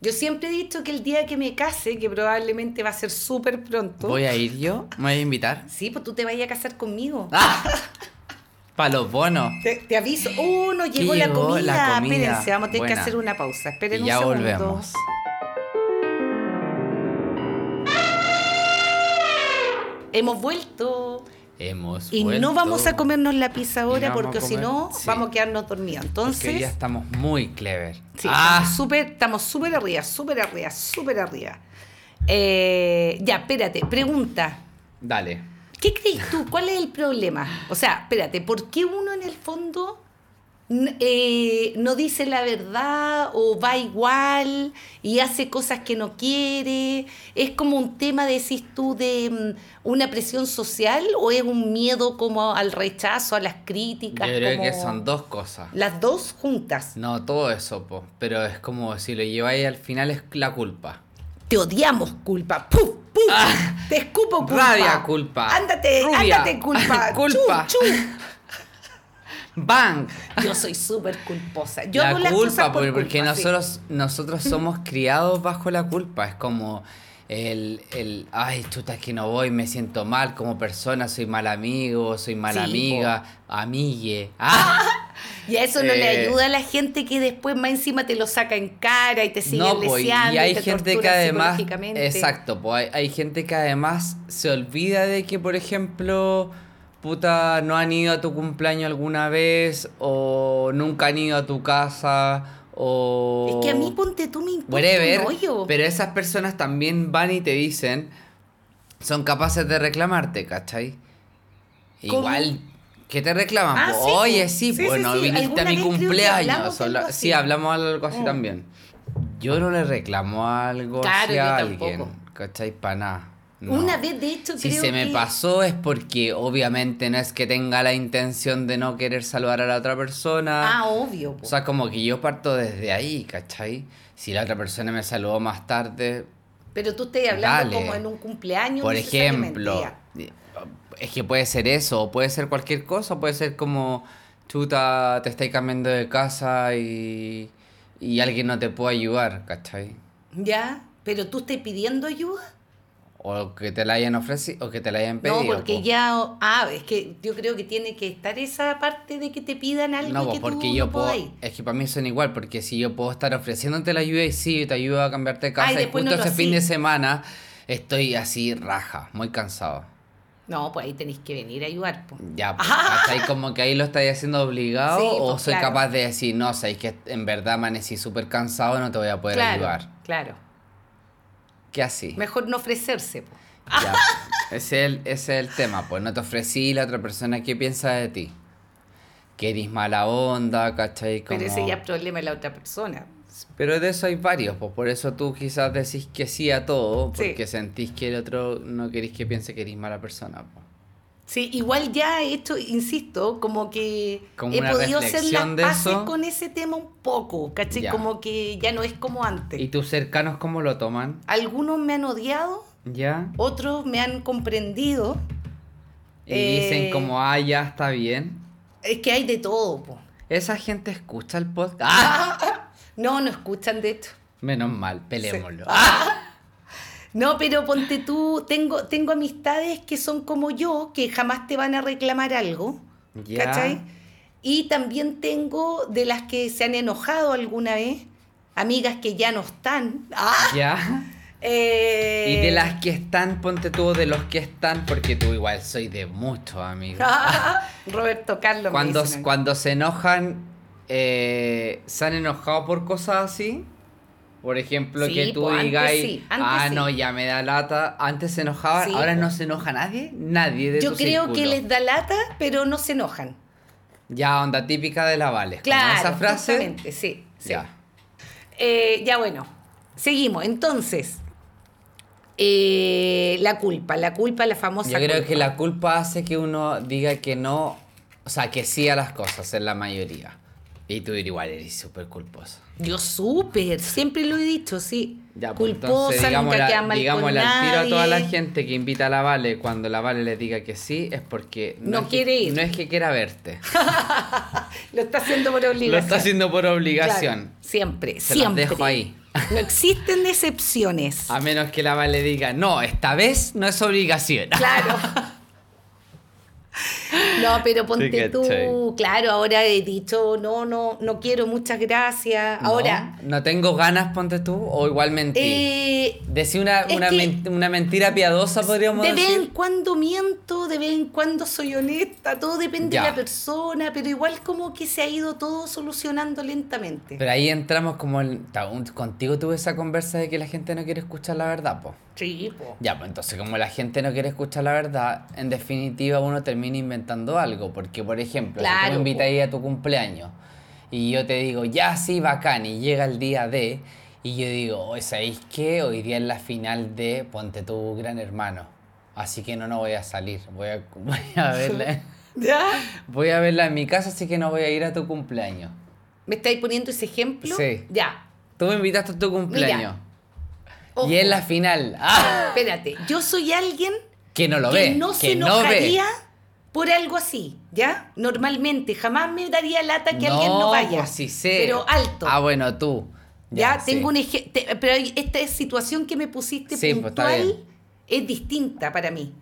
Speaker 5: Yo siempre he dicho que el día que me case, que probablemente va a ser súper pronto.
Speaker 6: ¿Voy a ir yo? ¿Me voy a invitar?
Speaker 5: Sí, pues tú te vayas a casar conmigo.
Speaker 6: ¡Ah! Para los bonos.
Speaker 5: Te, te aviso. ¡Uh, no llegó, la,
Speaker 6: llegó
Speaker 5: comida.
Speaker 6: la comida.
Speaker 5: Espérense, vamos a tener que
Speaker 6: Buena.
Speaker 5: hacer una pausa. Esperen
Speaker 6: Y
Speaker 5: un
Speaker 6: ya
Speaker 5: segundo.
Speaker 6: volvemos.
Speaker 5: Hemos vuelto.
Speaker 6: Hemos
Speaker 5: Y no
Speaker 6: vuelto.
Speaker 5: vamos a comernos la pizza
Speaker 6: Y
Speaker 5: ahora
Speaker 6: no vamos
Speaker 5: porque
Speaker 6: a
Speaker 5: si
Speaker 6: comer-
Speaker 5: no
Speaker 6: sí.
Speaker 5: vamos a quedarnos dormidos. Entonces,
Speaker 6: Porque ya estamos muy clever.
Speaker 5: sí,
Speaker 6: ¡Ah!
Speaker 5: estamos súper estamos súper arriba, súper arriba, súper arriba. Eh, ya, espérate, pregunta.
Speaker 6: Dale.
Speaker 5: ¿Qué crees tú? ¿Cuál es el problema? O sea, espérate, ¿por qué uno en el fondo n- eh, no dice la verdad o va igual y hace cosas que no quiere? ¿Es como un tema, decís tú, de mm, una presión social o es un miedo como al rechazo, a las
Speaker 6: Yo
Speaker 5: críticas?
Speaker 6: creo que
Speaker 5: como-
Speaker 6: son dos cosas.
Speaker 5: Las dos juntas.
Speaker 6: No, todo eso, po. pero es como si lo lleváis al final es la culpa.
Speaker 5: Te odiamos, culpa. ¡Puf! ¡Puf! Te escupo, Oh, culpa.
Speaker 6: Ah, Rabia, culpa.
Speaker 5: Ándate,
Speaker 6: Rubia.
Speaker 5: ándate, culpa.
Speaker 6: *laughs* Culpa.
Speaker 5: Chu, chu.
Speaker 6: *laughs* ¡Bang!
Speaker 5: Yo soy súper culposa. Yo
Speaker 6: la
Speaker 5: hago
Speaker 6: culpa,
Speaker 5: las cosas por
Speaker 6: porque, porque
Speaker 5: culpa, sí.
Speaker 6: nosotros, nosotros somos criados bajo la culpa. Es como el, el, ay, chuta, es que no voy, me siento mal como persona, soy mal amigo, soy mala
Speaker 5: Sí,
Speaker 6: amiga, amigue.
Speaker 5: *laughs*
Speaker 6: ¡Ah!
Speaker 5: Y a eso no le
Speaker 6: Eh,
Speaker 5: ayuda a la gente que después más encima te lo saca en cara y te sigue
Speaker 6: No, po, y-
Speaker 5: leseando
Speaker 6: y hay
Speaker 5: te
Speaker 6: gente que
Speaker 5: tortura
Speaker 6: además.
Speaker 5: psicológicamente.
Speaker 6: Exacto, po, hay, hay gente que además se olvida de que, por ejemplo, puta, no han ido a tu cumpleaños alguna vez, o nunca han ido a tu casa, o.
Speaker 5: Es que a mí ponte tú me importa
Speaker 6: whatever.
Speaker 5: un hoyo.
Speaker 6: Pero esas personas también van y te dicen, son capaces de reclamarte, ¿cachai?
Speaker 5: ¿Cómo?
Speaker 6: Igual que te reclaman.
Speaker 5: Ah,
Speaker 6: po,
Speaker 5: sí,
Speaker 6: Oye,
Speaker 5: po.
Speaker 6: sí,
Speaker 5: Sí,
Speaker 6: pues
Speaker 5: sí,
Speaker 6: no
Speaker 5: sí.
Speaker 6: viniste a
Speaker 5: Alguna vez creo
Speaker 6: mi
Speaker 5: que
Speaker 6: cumpleaños.
Speaker 5: hablamos de
Speaker 6: habla-
Speaker 5: algo
Speaker 6: sí,
Speaker 5: así.
Speaker 6: hablamos algo así
Speaker 5: Mm.
Speaker 6: también. Yo no le reclamo algo
Speaker 5: Claro,
Speaker 6: así
Speaker 5: yo
Speaker 6: a
Speaker 5: tampoco.
Speaker 6: alguien, ¿cachai? Para nada. No.
Speaker 5: Una vez, de hecho,
Speaker 6: Si
Speaker 5: creo
Speaker 6: se me
Speaker 5: que-
Speaker 6: pasó es porque obviamente no es que tenga la intención de no querer saludar a la otra persona.
Speaker 5: Ah, obvio. po.
Speaker 6: O sea, como que yo parto desde ahí, ¿cachai? Si la otra persona me saludó más tarde,
Speaker 5: pero tú estás hablando
Speaker 6: dale.
Speaker 5: como en un cumpleaños.
Speaker 6: por
Speaker 5: necesariamente,
Speaker 6: ejemplo,
Speaker 5: ya.
Speaker 6: es que puede ser eso, o puede ser cualquier cosa, puede ser como, chuta, te estáis cambiando de casa y, y alguien no te puede ayudar, ¿cachai?
Speaker 5: ¿Ya? ¿Pero tú estás pidiendo ayuda?
Speaker 6: O que te la hayan ofrecido, o que te la hayan pedido.
Speaker 5: no, porque
Speaker 6: po.
Speaker 5: ya. Ah, es que yo creo que tiene que estar esa parte de que te pidan algo
Speaker 6: No,
Speaker 5: que
Speaker 6: po, porque
Speaker 5: tú
Speaker 6: yo
Speaker 5: no
Speaker 6: puedo,
Speaker 5: podáis.
Speaker 6: es que para mí son igual, porque si yo puedo estar ofreciéndote la ayuda y sí, te ayudo a cambiarte de casa, y
Speaker 5: después
Speaker 6: justo
Speaker 5: no lo
Speaker 6: ese fin de
Speaker 5: hacís.
Speaker 6: semana estoy así raja, muy cansado.
Speaker 5: No, pues ahí tenéis que venir a ayudar. po. *laughs*
Speaker 6: Ya, pues, ¿cachai? Como que ahí lo estáis haciendo obligado
Speaker 5: Sí,
Speaker 6: o
Speaker 5: pues,
Speaker 6: soy
Speaker 5: claro.
Speaker 6: capaz de decir, no, sabéis que en verdad amanecí súper cansado, no te voy a poder
Speaker 5: claro,
Speaker 6: ayudar.
Speaker 5: Claro.
Speaker 6: ¿Qué así?
Speaker 5: Mejor no ofrecerse. po.
Speaker 6: Ya,
Speaker 5: *laughs*
Speaker 6: ese, es el, ese es el tema, pues no te ofrecí la otra persona, ¿qué piensa de ti? Que eres mala onda, ¿cachai? Como...
Speaker 5: Pero ese ya es problema de la otra persona.
Speaker 6: Pero de eso hay varios, pues por eso tú quizás decís que sí a todo,
Speaker 5: Sí.
Speaker 6: porque sentís que el otro no querís que piense que eres mala persona. pues.
Speaker 5: Sí, igual ya esto, insisto, como que
Speaker 6: Como
Speaker 5: he
Speaker 6: una
Speaker 5: podido hacer las
Speaker 6: reflexión de
Speaker 5: paces
Speaker 6: eso.
Speaker 5: con ese tema un poco, ¿cachai?
Speaker 6: Ya.
Speaker 5: Como que ya no es como antes.
Speaker 6: ¿Y tus cercanos cómo lo toman?
Speaker 5: Algunos me han odiado,
Speaker 6: ¿Ya?
Speaker 5: otros me han comprendido.
Speaker 6: Y
Speaker 5: Eh,
Speaker 6: dicen como, ah, ya está bien.
Speaker 5: Es que hay de todo, po.
Speaker 6: ¿Esa gente escucha el podcast? ¡Ah!
Speaker 5: No, no escuchan de
Speaker 6: *laughs*
Speaker 5: esto.
Speaker 6: Menos mal, peleémoslo.
Speaker 5: Ah,
Speaker 6: Ah.
Speaker 5: *laughs* No, pero ponte tú, tengo, tengo amistades que son como yo, que jamás te van a reclamar algo.
Speaker 6: Ya.
Speaker 5: ¿Cachai? Y también tengo de las que se han enojado alguna vez, amigas que ya no están. ¡Ah!
Speaker 6: ¿Ya?
Speaker 5: Eh,
Speaker 6: Y de las que están, ponte tú de los que están, porque tú igual soy de muchos, amigos.
Speaker 5: Eh, *laughs* Roberto Carlos. me
Speaker 6: Cuando,
Speaker 5: Ah, dicen a mí.
Speaker 6: cuando se enojan, eh, ¿se han enojado por cosas así? Por ejemplo,
Speaker 5: Sí,
Speaker 6: que tú
Speaker 5: po, antes
Speaker 6: digas,
Speaker 5: sí, antes
Speaker 6: ah,
Speaker 5: sí".
Speaker 6: no, ya me da lata. Antes se enojaban,
Speaker 5: Sí,
Speaker 6: ahora
Speaker 5: po.
Speaker 6: no se enoja nadie, nadie de
Speaker 5: Yo
Speaker 6: tu
Speaker 5: creo que
Speaker 6: círculo.
Speaker 5: les da lata, pero no se enojan.
Speaker 6: Ya, onda típica de la Vales. como
Speaker 5: Claro.
Speaker 6: Esa frase,
Speaker 5: justamente, Sí, sí.
Speaker 6: ya.
Speaker 5: Eh, ya bueno, seguimos. Entonces, eh, la culpa, la culpa, la famosa
Speaker 6: Yo creo
Speaker 5: culpa.
Speaker 6: que la culpa hace que uno diga que no, o sea, que sí a las cosas en la mayoría. Y tú igual eres súper culposo.
Speaker 5: Yo súper, siempre lo he dicho, sí.
Speaker 6: Ya, pues, entonces,
Speaker 5: Culposa, nunca
Speaker 6: digámosle-
Speaker 5: queda mal
Speaker 6: digámosle
Speaker 5: con
Speaker 6: al tiro a toda la
Speaker 5: nadie.
Speaker 6: gente que invita a la Vale, cuando la Vale le diga que sí, es porque
Speaker 5: No
Speaker 6: es que-
Speaker 5: quiere ir.
Speaker 6: No es que quiera *laughs* verte.
Speaker 5: Lo está haciendo por obligación.
Speaker 6: Lo está haciendo por
Speaker 5: Claro,
Speaker 6: obligación.
Speaker 5: siempre,
Speaker 6: Se las
Speaker 5: siempre.
Speaker 6: dejo ahí.
Speaker 5: No existen
Speaker 6: *laughs*
Speaker 5: excepciones.
Speaker 6: A menos que la Vale diga, no, esta vez no es obligación. *laughs*
Speaker 5: Claro. No, pero
Speaker 6: Sí,
Speaker 5: ponte tú,
Speaker 6: cachai.
Speaker 5: claro, ahora he dicho, no, no, no quiero, muchas gracias.
Speaker 6: No,
Speaker 5: Ahora,
Speaker 6: No, tengo ganas, ponte tú, o igual mentí.
Speaker 5: eh,
Speaker 6: Decir una,
Speaker 5: es
Speaker 6: una
Speaker 5: que-
Speaker 6: men- una mentira piadosa, podríamos
Speaker 5: de vez en
Speaker 6: decir.
Speaker 5: cuando miento, de vez en cuando soy honesta, todo depende
Speaker 6: Ya.
Speaker 5: de la persona, pero igual como que se ha ido todo solucionando lentamente.
Speaker 6: Pero ahí entramos como en- ta- un- contigo tuve esa conversa de que la gente no quiere escuchar la verdad, po.
Speaker 5: Sí, po.
Speaker 6: Ya, pues entonces como la gente no quiere escuchar la verdad, en definitiva uno termina inventando algo, porque por ejemplo, si tú
Speaker 5: Claro,
Speaker 6: me
Speaker 5: po.
Speaker 6: invitáis a tu cumpleaños y yo te digo, ya sí, bacán, y llega el día de, y yo digo, hoy ¿sabéis qué? Hoy día es la final de Ponte tu gran hermano, así que no, no voy a salir, voy a, *laughs* voy a
Speaker 5: *laughs*
Speaker 6: verla.
Speaker 5: ¿Ya?
Speaker 6: Voy a verla en mi casa, así que no voy a ir a tu cumpleaños.
Speaker 5: ¿Me estáis poniendo ese ejemplo?
Speaker 6: Sí.
Speaker 5: Ya.
Speaker 6: Tú me invitaste a tu cumpleaños.
Speaker 5: Ojo.
Speaker 6: Y es la final. ¡Ah!
Speaker 5: Espérate, yo soy alguien
Speaker 6: Que no lo
Speaker 5: que
Speaker 6: ve.
Speaker 5: no se
Speaker 6: que no ve.
Speaker 5: enojaría por algo así, ¿ya? Normalmente, jamás me daría lata que alguien no
Speaker 6: No,
Speaker 5: vaya.
Speaker 6: pues sí sé.
Speaker 5: Pero alto.
Speaker 6: Ah, bueno, tú.
Speaker 5: ya,
Speaker 6: sí.
Speaker 5: tengo un ejemplo. Pero hay- esta es situación que me pusiste
Speaker 6: Sí, pues, está
Speaker 5: puntual
Speaker 6: bien.
Speaker 5: es distinta para mí.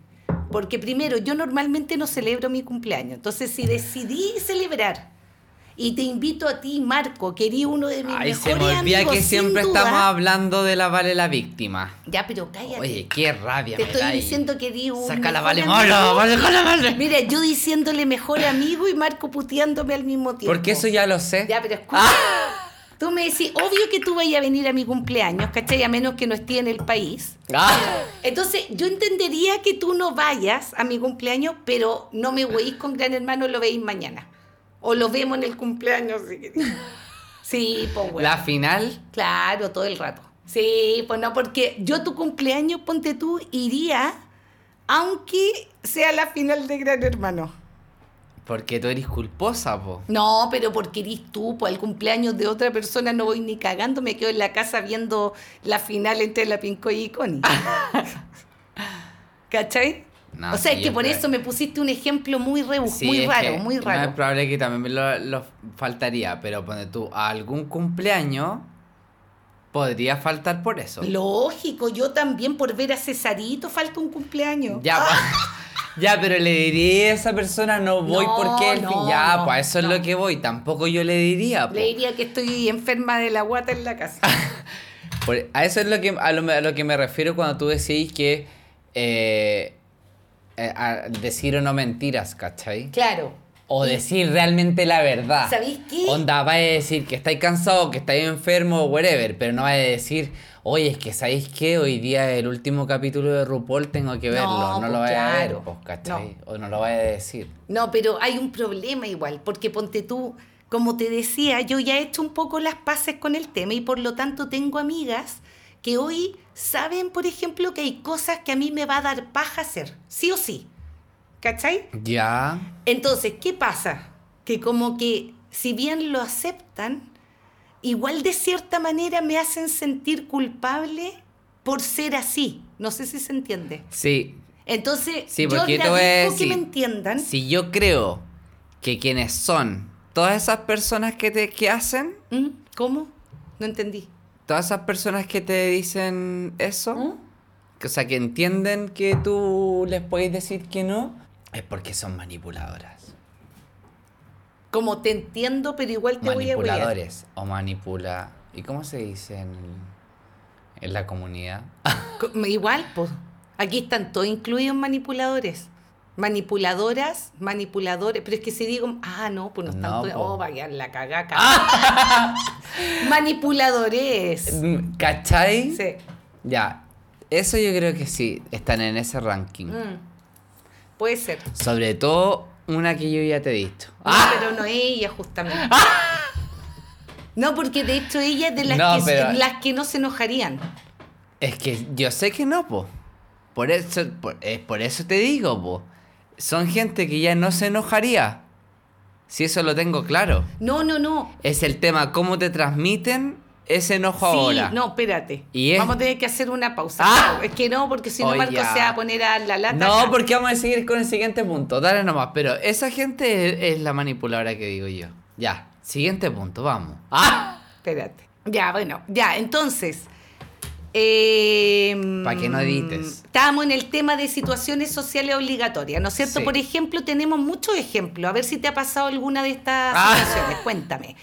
Speaker 5: Porque primero, yo normalmente no celebro mi cumpleaños. Entonces, si decidí celebrar y te invito a ti, Marco, que eres uno de mis
Speaker 6: Ay,
Speaker 5: mejores
Speaker 6: se me olvida
Speaker 5: amigos,
Speaker 6: que
Speaker 5: sin
Speaker 6: siempre
Speaker 5: duda.
Speaker 6: estamos hablando de la Vale la víctima.
Speaker 5: Ya, pero cállate.
Speaker 6: Oye, qué rabia
Speaker 5: Te
Speaker 6: me
Speaker 5: estoy
Speaker 6: da ahí.
Speaker 5: diciendo que di un
Speaker 6: Saca la
Speaker 5: mejor
Speaker 6: Vale
Speaker 5: amigo.
Speaker 6: Molo, Vale con la Vale.
Speaker 5: Mira, yo diciéndole mejor amigo y Marco puteándome al mismo tiempo.
Speaker 6: Porque eso ya Ah. lo sé.
Speaker 5: Ya, pero escucha. Tú me decís, obvio que tú vayas a venir a mi cumpleaños, ¿cachai? A menos que no esté en el país.
Speaker 6: Ah,
Speaker 5: Entonces, yo entendería que tú no vayas a mi cumpleaños, pero no me hueís con Gran Hermano, lo veis mañana. O lo vemos en el cumpleaños. si querés. Sí, pues bueno.
Speaker 6: La final.
Speaker 5: Claro, todo el rato. Sí, pues no, porque yo tu cumpleaños, ponte tú, iría, aunque sea la final de Gran Hermano.
Speaker 6: Porque tú eres culposa, po.
Speaker 5: No, pero porque eres tú, pues el cumpleaños de otra persona no voy ni cagando, me quedo en la casa viendo la final entre la Pincoy y Connie. ¿Cachai?
Speaker 6: No,
Speaker 5: o sea,
Speaker 6: sí,
Speaker 5: es que
Speaker 6: yo
Speaker 5: por
Speaker 6: creo-
Speaker 5: eso me pusiste un ejemplo muy, rebu-
Speaker 6: Sí,
Speaker 5: muy
Speaker 6: es
Speaker 5: raro,
Speaker 6: que
Speaker 5: muy
Speaker 6: No es
Speaker 5: raro.
Speaker 6: probable que también lo, lo faltaría, pero pone tú a algún cumpleaños podría faltar por eso.
Speaker 5: Lógico, yo también por ver a Cesarito falta un cumpleaños. Ah,
Speaker 6: Ya, pa- *laughs* ya, pero le diría a esa persona no voy
Speaker 5: No,
Speaker 6: porque el fin-
Speaker 5: no,
Speaker 6: ya,
Speaker 5: no,
Speaker 6: pues eso
Speaker 5: no.
Speaker 6: es lo que voy. Tampoco yo le diría. pues. po.
Speaker 5: Le diría que estoy enferma de la guata en la casa.
Speaker 6: Por- a eso es lo que a lo, a lo que me refiero cuando tú decís que eh, eh, a decir o no mentiras, ¿cachai?
Speaker 5: Claro.
Speaker 6: O decir realmente la verdad.
Speaker 5: ¿Sabéis Mm. qué?
Speaker 6: Onda, va a decir que estáis cansado, que estáis enfermo, whatever, pero no va a decir, oye, es que sabéis que hoy día es el último capítulo de RuPaul tengo que
Speaker 5: No,
Speaker 6: verlo. No,
Speaker 5: pues
Speaker 6: lo vaya a ver,
Speaker 5: claro.
Speaker 6: pues, ¿cachai? O no lo vaya a decir.
Speaker 5: No, pero hay un problema igual, porque ponte tú, como te decía, yo ya he hecho un poco las paces con el tema y por lo tanto tengo amigas que hoy saben, por ejemplo, que hay cosas que a mí me va a dar paja hacer, sí o sí. ¿Cachai?
Speaker 6: Ya.
Speaker 5: Entonces, ¿qué pasa? Que como que si bien lo aceptan, igual de cierta manera me hacen sentir culpable por ser así. No sé si se entiende.
Speaker 6: Sí.
Speaker 5: Entonces,
Speaker 6: Sí,
Speaker 5: yo
Speaker 6: porque te voy a
Speaker 5: agradezco que
Speaker 6: decir,
Speaker 5: me entiendan.
Speaker 6: Si yo creo que quienes son todas esas personas que te que hacen,
Speaker 5: ¿Mm? ¿Cómo? No entendí.
Speaker 6: todas esas personas que te dicen eso,
Speaker 5: ¿Mm?
Speaker 6: que, o sea, que entienden que tú les puedes decir que no, es porque son manipuladoras.
Speaker 5: Como te entiendo, pero igual te voy a huear.
Speaker 6: Manipuladores o manipula. ¿Y cómo se dice en, el- en la comunidad? *laughs*
Speaker 5: Co- Igual, pues. Aquí están todos incluidos manipuladores. Manipuladoras, manipuladores. Pero es que si digo, ah, no, pues no están
Speaker 6: No,
Speaker 5: todos.
Speaker 6: po. Ah.
Speaker 5: Oh, va a quedar la cagaca. *laughs* Manipuladores.
Speaker 6: Mm, ¿Cachai?
Speaker 5: Sí.
Speaker 6: Ya. Eso yo creo que sí, están en ese ranking.
Speaker 5: Mm. Puede ser.
Speaker 6: Sobre todo una que yo ya te he dicho.
Speaker 5: No, pero no ella, justamente. No, porque de hecho ella es de las,
Speaker 6: Ah. No,
Speaker 5: que,
Speaker 6: pero-
Speaker 5: las que no se enojarían.
Speaker 6: Es que yo sé que no, po. Por eso, por, es por eso te digo, po. Son gente que ya no se enojaría. Si eso lo tengo claro.
Speaker 5: No, no, no.
Speaker 6: Es el tema, cómo te transmiten ese enojo
Speaker 5: sí,
Speaker 6: ahora.
Speaker 5: No, espérate.
Speaker 6: Y es-
Speaker 5: Vamos a tener que hacer una pausa.
Speaker 6: Ah.
Speaker 5: Es que no, porque si no
Speaker 6: Oye,
Speaker 5: Marco
Speaker 6: ya.
Speaker 5: se va a poner a la lata.
Speaker 6: No,
Speaker 5: acá.
Speaker 6: porque vamos a seguir con el siguiente punto. Dale nomás. Pero esa gente es, es la manipuladora que digo yo. Ya, siguiente punto, vamos. ¡Ah!
Speaker 5: Espérate. Ya, bueno, ya, entonces. eh,
Speaker 6: Pa' que no edites.
Speaker 5: Estábamos en el tema de situaciones sociales obligatorias, ¿no es cierto?
Speaker 6: Sí.
Speaker 5: Por ejemplo, tenemos muchos ejemplos. A ver si te ha pasado alguna de estas
Speaker 6: Ah.
Speaker 5: situaciones. Cuéntame.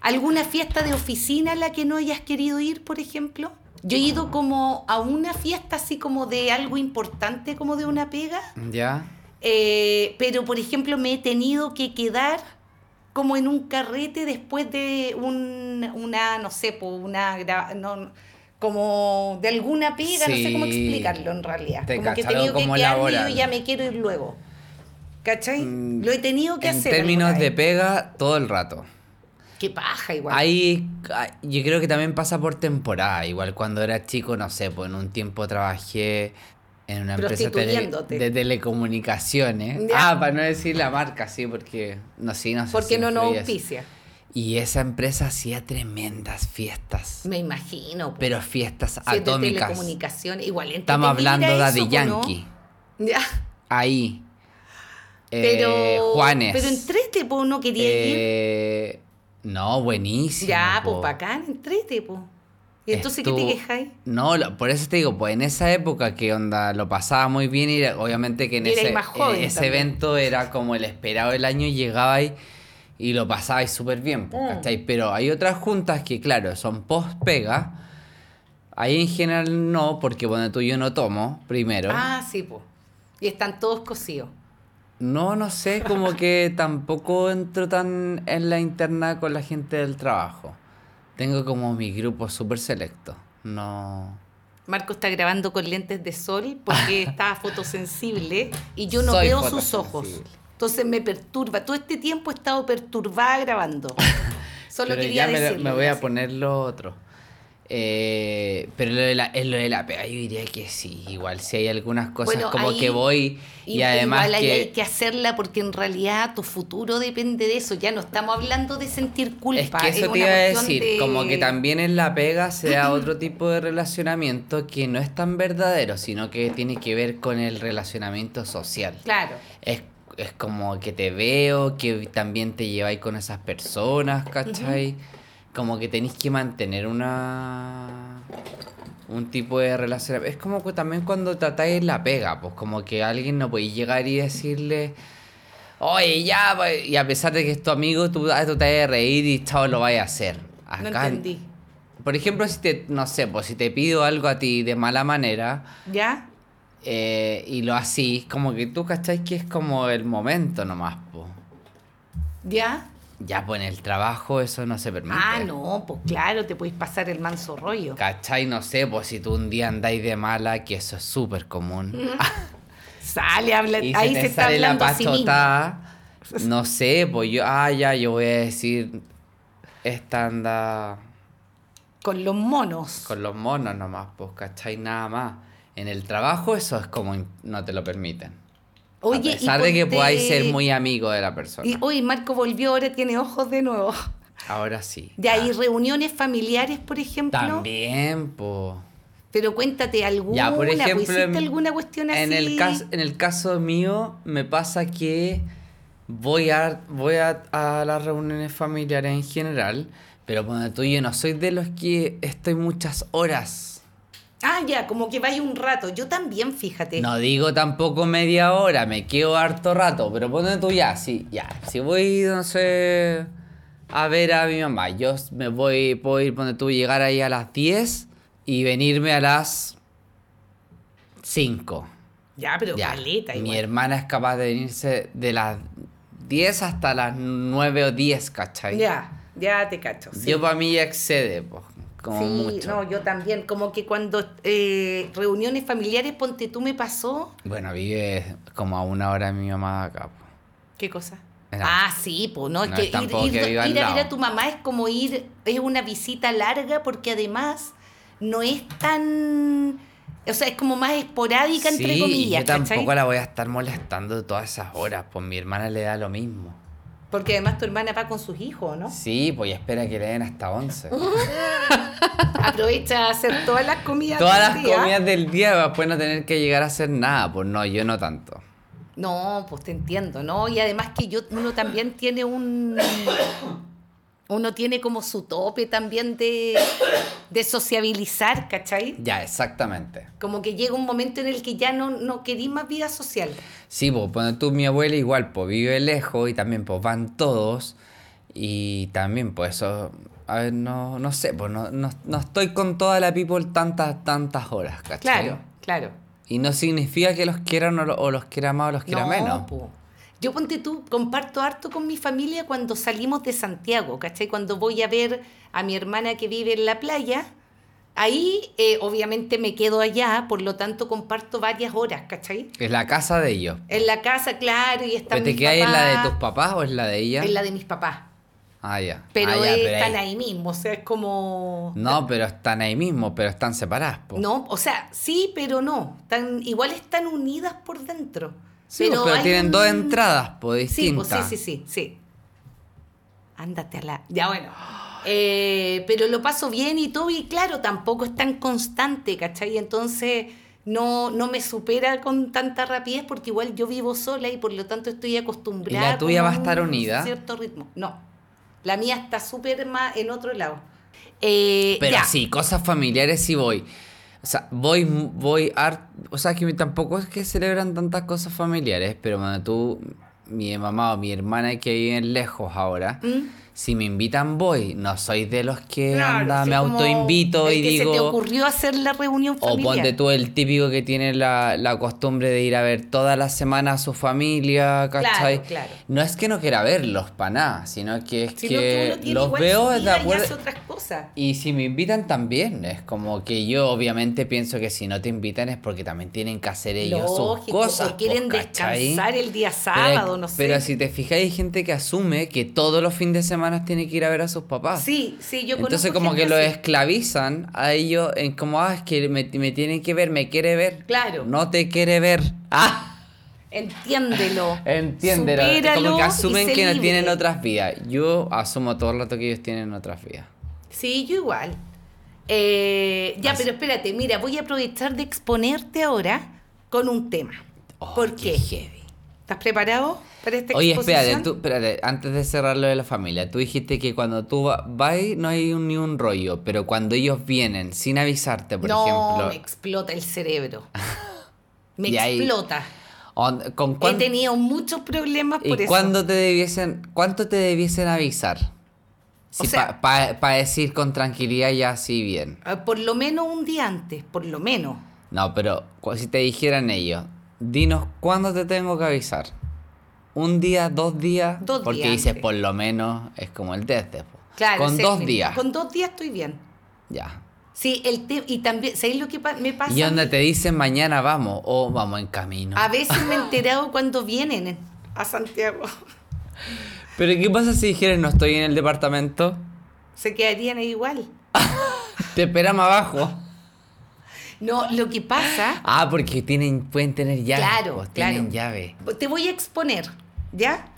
Speaker 5: ¿Alguna fiesta de oficina a la que no hayas querido ir, por ejemplo? Yo he ido como a una fiesta así como de algo importante, como de una pega.
Speaker 6: Ya.
Speaker 5: Eh, pero, por ejemplo, me he tenido que quedar como en un carrete después de un, una, no sé, po, una, gra- no, no, como de alguna pega, no sé cómo
Speaker 6: Sí.
Speaker 5: explicarlo en realidad.
Speaker 6: Te
Speaker 5: como que he
Speaker 6: cacharon
Speaker 5: tenido que
Speaker 6: como
Speaker 5: quedarme y
Speaker 6: laboral.
Speaker 5: yo ya me quiero ir luego. ¿Cachai?
Speaker 6: Mm,
Speaker 5: Lo he tenido que
Speaker 6: en
Speaker 5: hacer.
Speaker 6: términos
Speaker 5: alguna
Speaker 6: de
Speaker 5: vez.
Speaker 6: pega, todo el rato.
Speaker 5: Qué paja igual.
Speaker 6: Ahí, ah, yo creo que también pasa por temporada. Igual cuando era chico, no sé, pues en un tiempo trabajé en una empresa tele-
Speaker 5: Prostituyéndote.
Speaker 6: de telecomunicaciones.
Speaker 5: Ya.
Speaker 6: Ah, para no decir la marca, sí, porque no, sí, no sé
Speaker 5: Porque
Speaker 6: si
Speaker 5: no nos
Speaker 6: influye eso.
Speaker 5: auspicia.
Speaker 6: Y esa empresa hacía tremendas fiestas,
Speaker 5: Me imagino. po.
Speaker 6: pero fiestas
Speaker 5: Si es de
Speaker 6: atómicas.
Speaker 5: telecomunicaciones, igual
Speaker 6: Estamos
Speaker 5: entretenida
Speaker 6: hablando de
Speaker 5: eso,
Speaker 6: Daddy
Speaker 5: ¿no?
Speaker 6: Yankee.
Speaker 5: *laughs* Ya.
Speaker 6: Ahí. Eh,
Speaker 5: Pero.
Speaker 6: Juanes.
Speaker 5: Pero entrete, po, no quería ir.
Speaker 6: Eh, no, buenísimo.
Speaker 5: Ya,
Speaker 6: po.
Speaker 5: pues bacán, entrete, po. ¿Y entonces qué
Speaker 6: Estuvo-
Speaker 5: te quejáis?
Speaker 6: No, lo- por eso te digo, pues en esa época que onda lo pasaba muy bien y era- obviamente que en
Speaker 5: Y erais
Speaker 6: ese,
Speaker 5: más joven
Speaker 6: en ese
Speaker 5: también.
Speaker 6: evento era como el esperado del año y llegabais y lo pasabais súper bien,
Speaker 5: Mm.
Speaker 6: pues, ¿cachai? Pero hay otras juntas que, claro, son post-pega. Ahí en general no, porque bueno, tú yo no tomo, primero.
Speaker 5: Ah, sí, po. Y están todos cosidos.
Speaker 6: No, no sé, como
Speaker 5: *laughs*
Speaker 6: que tampoco entro tan en la interna con la gente del trabajo. Tengo como mi grupo súper selecto. No.
Speaker 5: Marco está grabando con lentes de sol
Speaker 6: *laughs*
Speaker 5: porque está fotosensible y yo no
Speaker 6: Soy
Speaker 5: veo sus ojos.
Speaker 6: fotosensible.
Speaker 5: Entonces me perturba. Todo este tiempo he estado perturbada
Speaker 6: *laughs*
Speaker 5: grabando. Solo
Speaker 6: Pero
Speaker 5: quería
Speaker 6: ya me, lo-
Speaker 5: decirlo.
Speaker 6: me voy a
Speaker 5: gracias.
Speaker 6: poner lo otro. Eh, pero lo de, la, es lo de la pega, yo diría que sí. Igual si hay algunas cosas
Speaker 5: Bueno,
Speaker 6: como
Speaker 5: ahí-
Speaker 6: que voy y, además
Speaker 5: igual ahí
Speaker 6: que,
Speaker 5: hay que hacerla porque en realidad tu futuro depende de eso. Ya no estamos hablando de sentir culpa.
Speaker 6: Es que eso
Speaker 5: una
Speaker 6: te iba a
Speaker 5: cuestión
Speaker 6: decir,
Speaker 5: de-
Speaker 6: como que también en la pega
Speaker 5: *clears throat*
Speaker 6: se da otro tipo de relacionamiento que no es tan verdadero, sino que tiene que ver con el relacionamiento social.
Speaker 5: Claro.
Speaker 6: Es, es como que te veo, que también te lleváis con esas personas, ¿cachai? Como que tenéis que mantener una un tipo de relación. Es como que también cuando tratáis la pega, pues como que a alguien no podéis llegar y decirle, oye, ya, pues", y a pesar de que es tu amigo, tú, ah, tú te vas a reír y chao, lo vais a hacer.
Speaker 5: No
Speaker 6: Acá-
Speaker 5: entendí.
Speaker 6: Por ejemplo, si te, no sé, pues si te pido algo a ti de mala manera,
Speaker 5: ¿Ya?
Speaker 6: eh, y lo así, como que tú cacháis que es como el momento nomás, po.
Speaker 5: ¿Ya?
Speaker 6: Ya pues en el trabajo eso no se permite.
Speaker 5: Ah, no, pues claro, te podéis pasar el manso rollo.
Speaker 6: ¿Cachai? No sé, pues si tú un día andáis de mala, que eso es súper *laughs* común.
Speaker 5: Sale, habla,
Speaker 6: y
Speaker 5: ahí
Speaker 6: se
Speaker 5: se,
Speaker 6: te
Speaker 5: está
Speaker 6: sale la
Speaker 5: hablando a sí mismo.
Speaker 6: pachotada, no sé, pues yo, ah, ya, yo voy a decir, esta anda
Speaker 5: Con los monos.
Speaker 6: con los monos nomás, pues, ¿cachai? Nada más. En el trabajo eso es como, in- no te lo permiten.
Speaker 5: Oye,
Speaker 6: a
Speaker 5: y
Speaker 6: pesar de que
Speaker 5: ponte-
Speaker 6: podáis ser muy amigo de la persona.
Speaker 5: Y hoy Marco volvió, ahora tiene ojos de nuevo.
Speaker 6: Ahora sí.
Speaker 5: De ahí reuniones familiares, por ejemplo.
Speaker 6: Ah. También, po.
Speaker 5: Pero cuéntate alguna,
Speaker 6: Ya, por
Speaker 5: pues,
Speaker 6: ejemplo,
Speaker 5: ¿hiciste
Speaker 6: en-
Speaker 5: alguna cuestión así?
Speaker 6: En el, caso, en el caso mío, me pasa que voy a, voy a, a las reuniones familiares en general, pero cuando tú y yo no soy de los que estoy muchas horas.
Speaker 5: Ah, ya, como que vaya un rato. Yo también, fíjate.
Speaker 6: No digo tampoco media hora, me quedo harto rato, pero ponte tú ya, sí, ya. Si voy, no sé, a ver a mi mamá, yo me voy, puedo ir, ponte tú, llegar ahí a las 10 y venirme a las 5.
Speaker 5: ya, pero
Speaker 6: Ya,
Speaker 5: caleta
Speaker 6: Mi
Speaker 5: igual.
Speaker 6: hermana es capaz de venirse de las 10 hasta las 9 o 10, ¿cachai?
Speaker 5: Ya, ya te cacho. sí.
Speaker 6: Yo para mí ya excede, po, como
Speaker 5: Sí,
Speaker 6: mucho.
Speaker 5: no, yo también. Como que cuando eh, reuniones familiares, ponte tú, me pasó.
Speaker 6: Bueno, vive como a una hora mi mamá acá. po.
Speaker 5: ¿Qué cosa?
Speaker 6: Era-
Speaker 5: Ah, sí, pues no, es
Speaker 6: No
Speaker 5: que
Speaker 6: es
Speaker 5: ir,
Speaker 6: tampoco
Speaker 5: ir-
Speaker 6: que viva al
Speaker 5: ir a ver a
Speaker 6: lado.
Speaker 5: tu mamá es como ir, es una visita larga porque además no es tan, o sea, es como más esporádica entre
Speaker 6: Sí, y
Speaker 5: comillas,
Speaker 6: yo tampoco
Speaker 5: ¿cachai?
Speaker 6: la voy a estar molestando todas esas horas, pues mi hermana le da lo mismo.
Speaker 5: Porque además tu hermana va con sus hijos, ¿no?
Speaker 6: Sí, pues y espera que le den
Speaker 5: *laughs*
Speaker 6: hasta 11.
Speaker 5: Aprovecha a hacer todas las comidas.
Speaker 6: Todas
Speaker 5: del
Speaker 6: las
Speaker 5: día.
Speaker 6: comidas del día después no tener que llegar a hacer nada, pues no, yo no tanto.
Speaker 5: No, pues te entiendo, ¿no? Y además que yo, uno también tiene un... Uno tiene como su tope también de, de sociabilizar, ¿cachai?
Speaker 6: Ya, exactamente.
Speaker 5: Como que llega un momento en el que ya no, no querís más vida social.
Speaker 6: Sí, pues cuando tú, mi abuela igual, pues vive lejos y también pues van todos y también pues eso, a ver, no, no sé, pues no, no, no estoy con toda la people tantas, tantas horas, ¿cachai?
Speaker 5: Claro, claro.
Speaker 6: Y no significa que los quieran o, lo- o los quiera más o los quiera menos.
Speaker 5: po. Yo ponte tú, comparto harto con mi familia cuando salimos de Santiago, ¿cachai? Cuando voy a ver a mi hermana que vive en la playa, Ahí, eh, obviamente, me quedo allá, por lo tanto, comparto varias horas, ¿cachai?
Speaker 6: Es la casa de ellos.
Speaker 5: En la casa, claro, y están
Speaker 6: ¿Pero te
Speaker 5: mis
Speaker 6: quedas en la de
Speaker 5: papás,
Speaker 6: tus papás o es la de ella?
Speaker 5: En la de mis papás.
Speaker 6: Ah, ya.
Speaker 5: Pero
Speaker 6: Ah, ya,
Speaker 5: eh,
Speaker 6: ahí-
Speaker 5: están ahí mismo, o sea, es como...
Speaker 6: No, pero están ahí mismo, pero están separadas. po.
Speaker 5: No, o sea, sí, pero no. Están, igual están unidas por dentro.
Speaker 6: Sí, po, pero,
Speaker 5: hay
Speaker 6: tienen
Speaker 5: un-
Speaker 6: dos entradas, pues
Speaker 5: Sí, pues, sí,
Speaker 6: distintas.
Speaker 5: sí, sí, sí. Ándate a la... Ya bueno. Eh, pero lo paso bien y todo, y claro, tampoco es tan constante, ¿cachai? Entonces no, no me supera con tanta rapidez porque igual yo vivo sola y por lo tanto estoy acostumbrada.
Speaker 6: ¿Y la tuya
Speaker 5: como
Speaker 6: va a estar
Speaker 5: un
Speaker 6: unida?
Speaker 5: cierto ritmo. No. La mía está súper más en otro lado. Eh,
Speaker 6: Pero
Speaker 5: ya.
Speaker 6: sí, cosas familiares sí voy. O sea, voy, voy ar- O sea, que tampoco es que celebran tantas cosas familiares, pero cuando tú, mi mamá o mi hermana que viven lejos ahora, si me invitan voy. No soy de los que
Speaker 5: ¿Mm? Claro,
Speaker 6: eh, anda,
Speaker 5: así
Speaker 6: me
Speaker 5: como
Speaker 6: autoinvito
Speaker 5: el
Speaker 6: y
Speaker 5: que
Speaker 6: digo...
Speaker 5: se te ocurrió hacer la reunión
Speaker 6: O
Speaker 5: familiar.
Speaker 6: ponte tú el típico que tiene la, la costumbre de ir a ver todas las semanas a su familia, ¿cachai?
Speaker 5: claro.
Speaker 6: No es que no quiera verlos para nada, sino que es
Speaker 5: Sino
Speaker 6: que
Speaker 5: uno tiene
Speaker 6: los
Speaker 5: igual
Speaker 6: veo
Speaker 5: su
Speaker 6: de
Speaker 5: vida y
Speaker 6: acuerdo.
Speaker 5: hace otras cosas.
Speaker 6: Y si me invitan también, es como que yo obviamente pienso que si no te invitan es porque también tienen que hacer ellos sus
Speaker 5: Lógico,
Speaker 6: Eh, cosas.
Speaker 5: o quieren
Speaker 6: po, ¿cachai?
Speaker 5: descansar el día
Speaker 6: Pero-
Speaker 5: sábado, no sé.
Speaker 6: Pero si te fijas, hay gente que asume que todos los fines de semana tiene que ir a ver a sus papás.
Speaker 5: Sí, sí, yo
Speaker 6: Entonces
Speaker 5: conozco
Speaker 6: como que
Speaker 5: gente
Speaker 6: lo
Speaker 5: así.
Speaker 6: esclavizan a ellos en como, ah, es que me, me tienen que ver, me quiere ver.
Speaker 5: Claro.
Speaker 6: No te quiere ver. Ah,
Speaker 5: Entiéndelo.
Speaker 6: *laughs* entiéndelo.
Speaker 5: supéralo
Speaker 6: Como que
Speaker 5: y
Speaker 6: asumen
Speaker 5: sé
Speaker 6: que no
Speaker 5: libre.
Speaker 6: tienen otras vidas. Yo asumo todo el rato que ellos tienen otras vidas.
Speaker 5: Sí, yo igual. Eh, ya, pero espérate, mira, voy a aprovechar de exponerte ahora con un tema.
Speaker 6: Oh,
Speaker 5: ¿Por
Speaker 6: qué
Speaker 5: qué?
Speaker 6: heavy.
Speaker 5: ¿Estás preparado para esta
Speaker 6: Oye,
Speaker 5: exposición?
Speaker 6: espérate, tú, espérate, antes de cerrar lo de la familia, tú dijiste que cuando tú va- vas no hay un- ni un rollo, pero cuando ellos vienen sin avisarte, por
Speaker 5: no, me
Speaker 6: ejemplo,
Speaker 5: explota el
Speaker 6: *laughs*
Speaker 5: cerebro. Me
Speaker 6: Y ahí-
Speaker 5: explota. Este,
Speaker 6: on- ¿con
Speaker 5: He
Speaker 6: cuán-
Speaker 5: tenido muchos problemas por
Speaker 6: ¿Y
Speaker 5: eso.
Speaker 6: cuándo te debiesen, cuánto te debiesen avisar?
Speaker 5: sea-
Speaker 6: para decir con tranquilidad ya sí bien.
Speaker 5: Ah, Por lo menos un día antes, por lo menos.
Speaker 6: No, pero cu- si te dijeran ellos, dinos cuándo te tengo que avisar. ¿Un día, dos días?
Speaker 5: Dos
Speaker 6: Porque
Speaker 5: días
Speaker 6: dices
Speaker 5: antes.
Speaker 6: por lo menos es como el test. po.
Speaker 5: Claro,
Speaker 6: con
Speaker 5: ese-
Speaker 6: dos días.
Speaker 5: Con dos días estoy bien.
Speaker 6: Ya.
Speaker 5: Sí, el te- y también, ¿sabéis lo que pa- me pasa?
Speaker 6: Y donde te dicen mañana vamos o vamos en camino.
Speaker 5: Ah, A veces me he enterado cuando vienen en- a Santiago. *laughs*
Speaker 6: Pero ¿qué pasa si dijeran no estoy en el departamento?
Speaker 5: Se quedarían ahí igual.
Speaker 6: Te esperamos abajo.
Speaker 5: *laughs* No, lo que pasa,
Speaker 6: Ah, porque tienen, pueden tener llave.
Speaker 5: Claro,
Speaker 6: pues,
Speaker 5: claro.
Speaker 6: Tienen llave.
Speaker 5: te voy a exponer, ¿ya?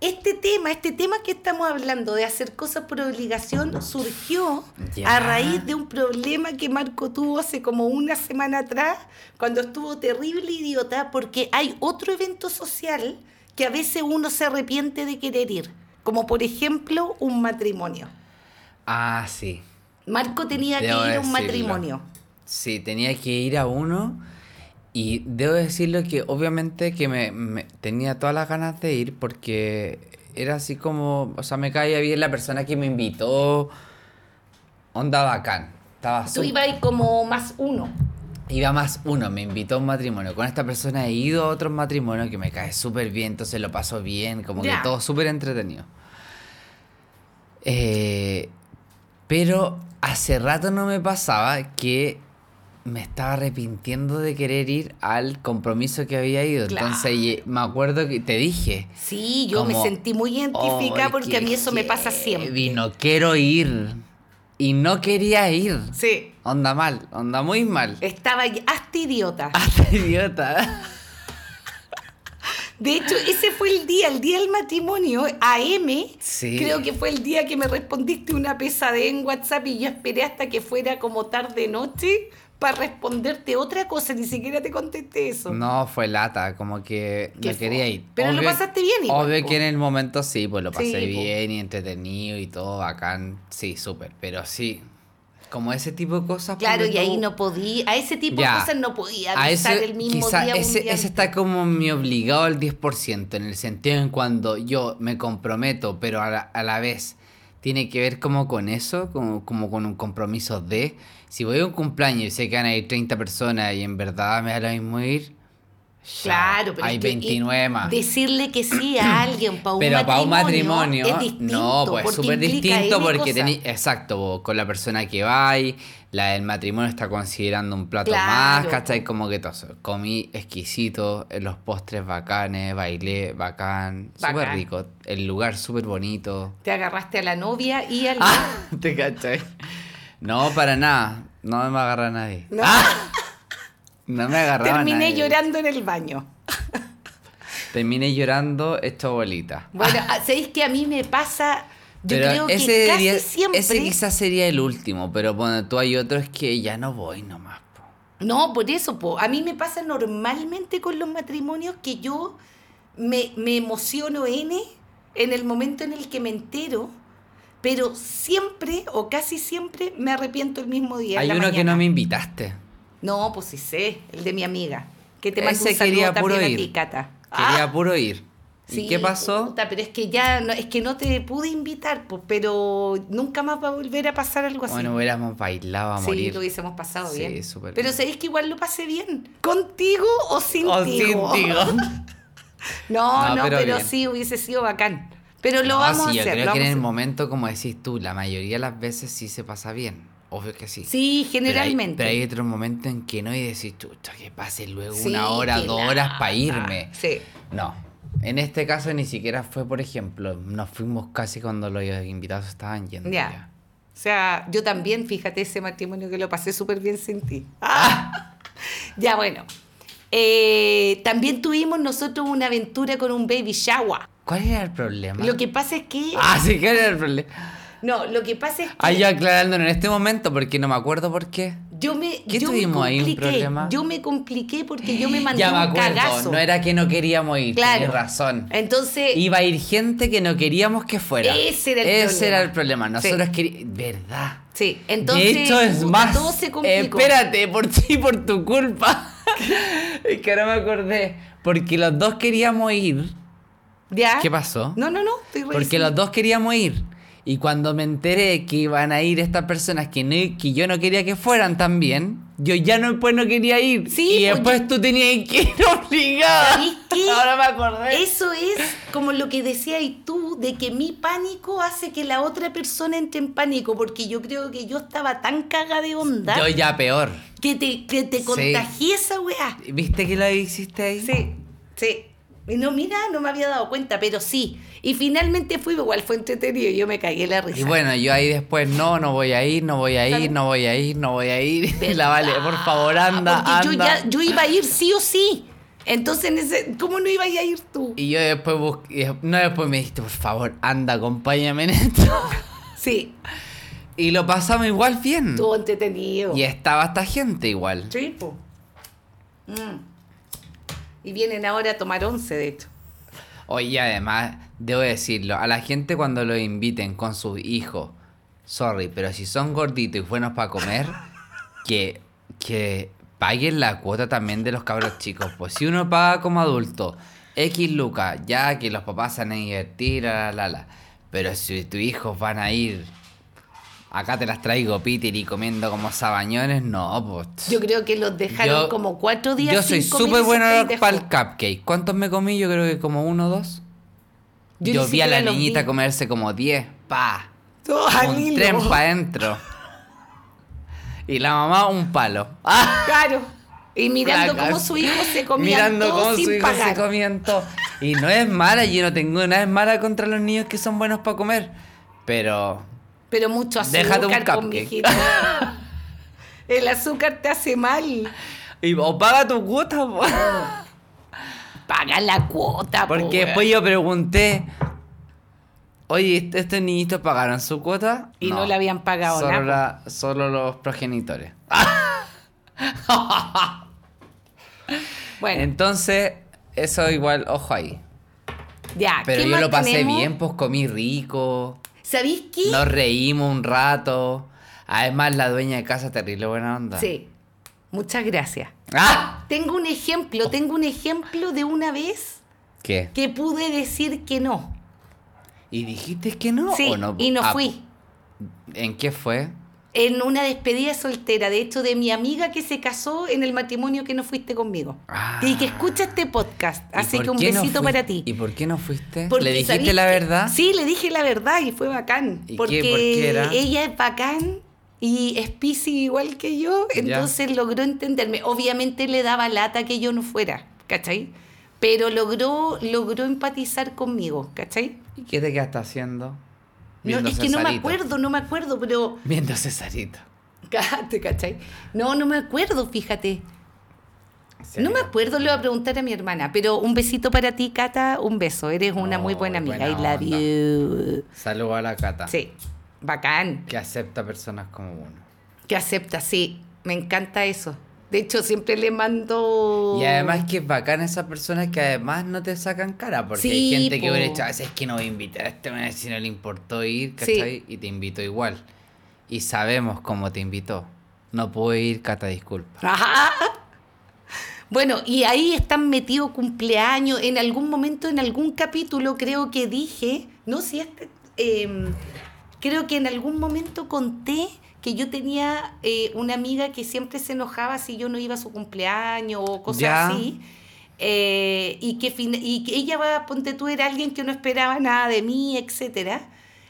Speaker 5: Este tema, este tema que estamos hablando de hacer cosas por obligación surgió
Speaker 6: Ya.
Speaker 5: a raíz de un problema que Marco tuvo hace como una semana atrás, cuando estuvo terrible idiota, porque hay otro evento social que a veces uno se arrepiente de querer ir, como por ejemplo un matrimonio.
Speaker 6: Ah, sí.
Speaker 5: Marco tenía que ir a
Speaker 6: Debo
Speaker 5: un
Speaker 6: decirlo.
Speaker 5: matrimonio.
Speaker 6: Sí, tenía que ir a uno y debo decirlo que obviamente que me, me- tenía todas las ganas de ir porque era así como, o sea, me caía bien la persona que me invitó. Onda bacán. Estaba
Speaker 5: Tú
Speaker 6: súper-
Speaker 5: ibas ahí como más uno.
Speaker 6: Iba más uno, me invitó a un matrimonio. Con esta persona he ido a otro matrimonio que me cae súper bien, entonces lo paso bien, como
Speaker 5: Ya.
Speaker 6: que todo súper entretenido. Eh, pero hace rato no me pasaba que me estaba arrepintiendo de querer ir al compromiso que había ido.
Speaker 5: Claro.
Speaker 6: Entonces y- me acuerdo que te dije.
Speaker 5: Sí, yo me
Speaker 6: como,
Speaker 5: sentí muy identificada
Speaker 6: "Ay,
Speaker 5: porque
Speaker 6: qué
Speaker 5: a mí eso me pasa
Speaker 6: heavy,
Speaker 5: siempre.
Speaker 6: no quiero ir. Y no quería ir.
Speaker 5: Sí, Eh.
Speaker 6: Onda mal, onda muy mal.
Speaker 5: estaba ya- hasta idiota.
Speaker 6: *laughs* Hasta idiota.
Speaker 5: De hecho, ese fue el día, el día del matrimonio, AM.
Speaker 6: Sí.
Speaker 5: Creo que fue el día que me respondiste una pesadez en WhatsApp y yo esperé hasta que fuera como tarde-noche para responderte otra cosa, ni siquiera te contesté eso.
Speaker 6: No, fue lata, como que
Speaker 5: Qué
Speaker 6: no quería
Speaker 5: fo-
Speaker 6: ir.
Speaker 5: pero lo pasaste bien igual,
Speaker 6: Obvio
Speaker 5: po.
Speaker 6: que en el momento sí, pues lo pasé
Speaker 5: Sí, po.
Speaker 6: bien y entretenido y todo bacán. Sí, súper. Pero sí, como ese tipo de cosas.
Speaker 5: Claro,
Speaker 6: ponte
Speaker 5: y ahí
Speaker 6: tú,
Speaker 5: no podía, a ese tipo
Speaker 6: Ya.
Speaker 5: de cosas no podía
Speaker 6: a
Speaker 5: avisar
Speaker 6: ese,
Speaker 5: el mismo
Speaker 6: quizá
Speaker 5: día. un
Speaker 6: ese,
Speaker 5: día
Speaker 6: ese
Speaker 5: antes.
Speaker 6: está como mi obligado al 10%, en el sentido en cuando yo me comprometo, pero a la, a la vez tiene que ver como con eso, como, como con un compromiso de, si voy a un cumpleaños y sé que van a ir 30 personas y en verdad me da lo mismo ir, Ya,
Speaker 5: Claro, pero
Speaker 6: Hay
Speaker 5: es que-
Speaker 6: 29
Speaker 5: y
Speaker 6: más.
Speaker 5: Decirle que
Speaker 6: *clears throat*
Speaker 5: sí a alguien para un
Speaker 6: Pero para
Speaker 5: matrimonio.
Speaker 6: un matrimonio,
Speaker 5: es distinto,
Speaker 6: no, pues
Speaker 5: porque
Speaker 6: súper
Speaker 5: implica
Speaker 6: distinto
Speaker 5: N
Speaker 6: porque
Speaker 5: cosas.
Speaker 6: tení, exacto, vos, con la persona que va y la del matrimonio está considerando un plato
Speaker 5: Claro,
Speaker 6: más,
Speaker 5: po.
Speaker 6: ¿cachai? Como que todo eso. Comí exquisito, eh, los postres bacanes, bailé bacán, súper
Speaker 5: Bacán.
Speaker 6: rico, el lugar súper bonito.
Speaker 5: Te agarraste a la novia y al.
Speaker 6: Ah, *laughs* ¿te cachai? No, para nada, no me agarra nadie.
Speaker 5: No.
Speaker 6: Ah, no me agarraba
Speaker 5: Terminé
Speaker 6: nadie.
Speaker 5: llorando en el baño.
Speaker 6: Terminé llorando hecho bolita.
Speaker 5: Bueno, ¿sabéis que a mí me pasa? Yo
Speaker 6: Pero
Speaker 5: creo que
Speaker 6: ese
Speaker 5: casi
Speaker 6: debería-
Speaker 5: siempre.
Speaker 6: Ese quizás sería el último, pero bueno, tú hay otros que ya no voy nomás. po.
Speaker 5: No, por eso, po. a mí me pasa normalmente con los matrimonios que yo me, me emociono N en el momento en el que me entero, pero siempre o casi siempre me arrepiento el mismo día. en
Speaker 6: Hay
Speaker 5: la
Speaker 6: uno que no
Speaker 5: mañana.
Speaker 6: me invitaste.
Speaker 5: No, pues sí sé, el de mi amiga, que te mando
Speaker 6: Ese
Speaker 5: un saludo
Speaker 6: quería
Speaker 5: también
Speaker 6: puro
Speaker 5: a
Speaker 6: ir.
Speaker 5: ti, Cata.
Speaker 6: Quería
Speaker 5: Ah,
Speaker 6: puro ir. ¿Y
Speaker 5: sí, pues,
Speaker 6: qué pasó?
Speaker 5: puta, pero es que ya, no, es que no te pude invitar, pues, pero nunca más va a volver a pasar algo así.
Speaker 6: Bueno, hubiéramos bailado a
Speaker 5: sí,
Speaker 6: morir.
Speaker 5: lo hubiésemos pasado
Speaker 6: Sí,
Speaker 5: bien.
Speaker 6: súper
Speaker 5: Pero
Speaker 6: bien.
Speaker 5: sabéis que igual lo pasé bien. ¿Contigo o sin
Speaker 6: O
Speaker 5: ti? *laughs*
Speaker 6: sin tigo.
Speaker 5: No,
Speaker 6: No,
Speaker 5: no,
Speaker 6: pero
Speaker 5: pero,
Speaker 6: bien.
Speaker 5: sí hubiese sido bacán. Pero lo
Speaker 6: No,
Speaker 5: vamos
Speaker 6: sí,
Speaker 5: a
Speaker 6: yo
Speaker 5: hacer. lo
Speaker 6: creo que
Speaker 5: vamos
Speaker 6: en el
Speaker 5: a-
Speaker 6: momento, como decís tú, la mayoría de las veces sí se pasa bien. Obvio que sí.
Speaker 5: Sí,
Speaker 6: Pero hay-
Speaker 5: generalmente.
Speaker 6: Pero hay, otros momentos en que no y decís, chucha, que pase luego
Speaker 5: Sí,
Speaker 6: una hora,
Speaker 5: qué
Speaker 6: dos horas
Speaker 5: lata.
Speaker 6: para irme.
Speaker 5: Sí.
Speaker 6: No. En este caso ni siquiera fue, por ejemplo, nos fuimos casi cuando los invitados estaban yendo.
Speaker 5: Ya. O sea, yo también, fíjate ese matrimonio que lo pasé súper bien sin ti.
Speaker 6: Ah.
Speaker 5: *laughs* ya, bueno. Eh, también tuvimos nosotros una aventura con un baby shower.
Speaker 6: ¿Cuál era el problema?
Speaker 5: Lo que pasa es que.
Speaker 6: Ah, sí, ¿cuál era el problema?
Speaker 5: No, lo que pasa es que.
Speaker 6: Ah, yo aclarándolo en este momento porque no me acuerdo por qué.
Speaker 5: Yo me,
Speaker 6: ¿Qué
Speaker 5: yo me
Speaker 6: tuvimos ahí, un
Speaker 5: compliqué,
Speaker 6: problema?
Speaker 5: Yo me compliqué porque yo me mandé
Speaker 6: *laughs* ya me
Speaker 5: un
Speaker 6: acuerdo,
Speaker 5: cagazo.
Speaker 6: no era que no queríamos ir,
Speaker 5: Claro.
Speaker 6: tienes razón.
Speaker 5: Entonces,
Speaker 6: Iba a ir gente que no queríamos que fuera.
Speaker 5: Ese era el
Speaker 6: Ese
Speaker 5: problema.
Speaker 6: era el problema.
Speaker 5: Sí.
Speaker 6: Nosotros queríamos... ¿Verdad?
Speaker 5: sí, entonces
Speaker 6: de hecho, es
Speaker 5: puta,
Speaker 6: más.
Speaker 5: todo se complicó.
Speaker 6: Espérate, por *laughs* ti, por tu culpa. *laughs* es que ahora me acordé. Porque los dos queríamos ir.
Speaker 5: ¿Ya?
Speaker 6: ¿Qué pasó?
Speaker 5: No, no, no, estoy
Speaker 6: Porque
Speaker 5: revisando.
Speaker 6: los dos queríamos ir. Y cuando me enteré que iban a ir estas personas que, no- que yo no quería que fueran también, yo ya no, pues, no quería ir.
Speaker 5: Sí,
Speaker 6: y
Speaker 5: pues,
Speaker 6: después tú tenías que ir *laughs* obligada.
Speaker 5: ¿Sabes qué?
Speaker 6: Ahora me acordé.
Speaker 5: Eso es como lo que decías y tú, de que mi pánico hace que la otra persona entre en pánico, porque yo creo que yo estaba tan caga de onda
Speaker 6: Yo ya peor.
Speaker 5: que te, que te
Speaker 6: Sí.
Speaker 5: contagié esa weá.
Speaker 6: ¿Viste que lo hiciste ahí?
Speaker 5: Sí, sí. Y no, mira, no me había dado cuenta, pero sí. Y finalmente fui, igual fue entretenido, yo me cagué la risa.
Speaker 6: Y bueno, yo ahí después, no, no voy a ir, no voy a ir, no voy a ir, no voy a ir. *laughs* La vale, por favor, anda,
Speaker 5: Ah, Porque
Speaker 6: anda.
Speaker 5: Yo, ya, yo iba a ir sí o sí. Entonces, en ese- ¿cómo no iba a ir tú?
Speaker 6: Y yo después busqué, no, después me dijiste, por favor, anda, acompáñame en esto. *laughs*
Speaker 5: Sí,
Speaker 6: Y lo pasamos igual bien.
Speaker 5: estuvo entretenido.
Speaker 6: Y estaba esta gente igual.
Speaker 5: Sí, po. Mm. Y vienen ahora a tomar once, de hecho.
Speaker 6: Oye, además, debo decirlo, a la gente cuando lo inviten con sus hijos, sorry, pero si son gorditos y buenos para comer, que, que paguen la cuota también de los cabros chicos. Pues si uno paga como adulto X lucas, ya que los papás se van a divertir, la, la, la, la. Pero si tus hijos van a ir, acá te las traigo Peter y comiendo como sabañones, no, pues.
Speaker 5: Yo creo que los dejaron
Speaker 6: Yo-
Speaker 5: como cuatro días.
Speaker 6: Yo soy
Speaker 5: sin comer
Speaker 6: súper
Speaker 5: esos
Speaker 6: bueno
Speaker 5: pendejos.
Speaker 6: para el cupcake. ¿Cuántos me comí? Yo creo que como uno o dos. Yo,
Speaker 5: Yo ni
Speaker 6: vi a la
Speaker 5: siquiera los
Speaker 6: niñita
Speaker 5: vi. Ah,
Speaker 6: comerse como 10. Pa.
Speaker 5: Todo al
Speaker 6: Un
Speaker 5: hilo.
Speaker 6: tren para adentro. Y la mamá un palo. Ah,
Speaker 5: Claro. Y *laughs* mirando
Speaker 6: Placas.
Speaker 5: cómo su hijo se comía
Speaker 6: mirando
Speaker 5: todo
Speaker 6: cómo
Speaker 5: sin
Speaker 6: su hijo
Speaker 5: pagar.
Speaker 6: se comían todo. Y no es mala, yo no tengo nada es mala contra los niños que son buenos para comer. Pero
Speaker 5: Pero mucho azúcar
Speaker 6: Déjate un
Speaker 5: con mi
Speaker 6: cupcake. *laughs*
Speaker 5: hijita. El azúcar te hace mal.
Speaker 6: y, o paga tu
Speaker 5: *laughs*
Speaker 6: cuota, po.
Speaker 5: Paga la cuota, po,
Speaker 6: porque
Speaker 5: weón.
Speaker 6: después yo pregunté, oye, ¿est- ¿estos niñitos pagaron su cuota?
Speaker 5: Y no le habían pagado
Speaker 6: solo
Speaker 5: nada,
Speaker 6: la- solo los progenitores.
Speaker 5: Bueno,
Speaker 6: Entonces, eso igual, ojo ahí.
Speaker 5: ya.
Speaker 6: Pero
Speaker 5: ¿qué
Speaker 6: yo
Speaker 5: más
Speaker 6: lo pasé
Speaker 5: tenemos?
Speaker 6: bien, pues comí rico,
Speaker 5: ¿Sabéis qué?
Speaker 6: nos reímos un rato. Además, la dueña de casa terrible buena onda.
Speaker 5: Sí. Muchas gracias.
Speaker 6: ¡Ah!
Speaker 5: Tengo un ejemplo, tengo un ejemplo de una vez
Speaker 6: ¿Qué?
Speaker 5: que pude decir que no.
Speaker 6: ¿Y dijiste que no
Speaker 5: Sí,
Speaker 6: o no?
Speaker 5: y no
Speaker 6: Ah,
Speaker 5: fui.
Speaker 6: ¿En qué fue?
Speaker 5: en una despedida soltera, de hecho, de mi amiga que se casó en el matrimonio que no fuiste conmigo.
Speaker 6: Ah.
Speaker 5: Y que escucha este podcast.
Speaker 6: ¿Y
Speaker 5: Así
Speaker 6: por
Speaker 5: que un
Speaker 6: qué no
Speaker 5: besito
Speaker 6: fuiste-
Speaker 5: para ti.
Speaker 6: ¿Y por qué no fuiste?
Speaker 5: Porque,
Speaker 6: ¿Le dijiste
Speaker 5: ¿sabéis
Speaker 6: la
Speaker 5: qué?
Speaker 6: verdad?
Speaker 5: Sí, le dije la verdad y fue bacán.
Speaker 6: ¿Y qué? ¿Por
Speaker 5: porque
Speaker 6: qué era?
Speaker 5: ella es bacán y es piscis igual que yo,
Speaker 6: Ya.
Speaker 5: entonces logró entenderme. Obviamente le daba lata que yo no fuera, ¿cachai? Pero logró, logró empatizar conmigo, ¿cachai?
Speaker 6: ¿Y qué te quedaste haciendo?
Speaker 5: No,
Speaker 6: Viendo
Speaker 5: es que no me
Speaker 6: Cesarito.
Speaker 5: acuerdo, no me acuerdo, pero... *laughs*
Speaker 6: Viendo Cesarito.
Speaker 5: Cállate, ¿cachai? No, no me acuerdo, fíjate. No me acuerdo, le voy a preguntar a mi hermana, pero un besito para ti, Cata, un beso. Eres una muy
Speaker 6: Oh,
Speaker 5: buena amiga.
Speaker 6: buena
Speaker 5: I love you.
Speaker 6: Saludo a la Cata.
Speaker 5: Sí, bacán,
Speaker 6: Que acepta personas como uno.
Speaker 5: que acepta, sí, me encanta eso. De hecho, siempre le mando...
Speaker 6: Y además que es bacán esas personas que además no te sacan cara, porque
Speaker 5: Sí,
Speaker 6: hay gente que
Speaker 5: po.
Speaker 6: hubiera dicho, "Ah, es que no voy a invitar a este man, si no le importó ir,
Speaker 5: Sí.
Speaker 6: ¿cachai? Y te invito igual. Y sabemos cómo te invitó. No puedo ir, Cata, disculpa.
Speaker 5: Ajá. *laughs* Bueno, y ahí están metidos cumpleaños. En algún momento, en algún capítulo, creo que dije, no si este, eh, creo que en algún momento conté que yo tenía eh, una amiga que siempre se enojaba si yo no iba a su cumpleaños o cosas
Speaker 6: Ya.
Speaker 5: así. Eh, y, que fin- y que ella, va, ponte tú, era alguien que no esperaba nada de mí, etcétera.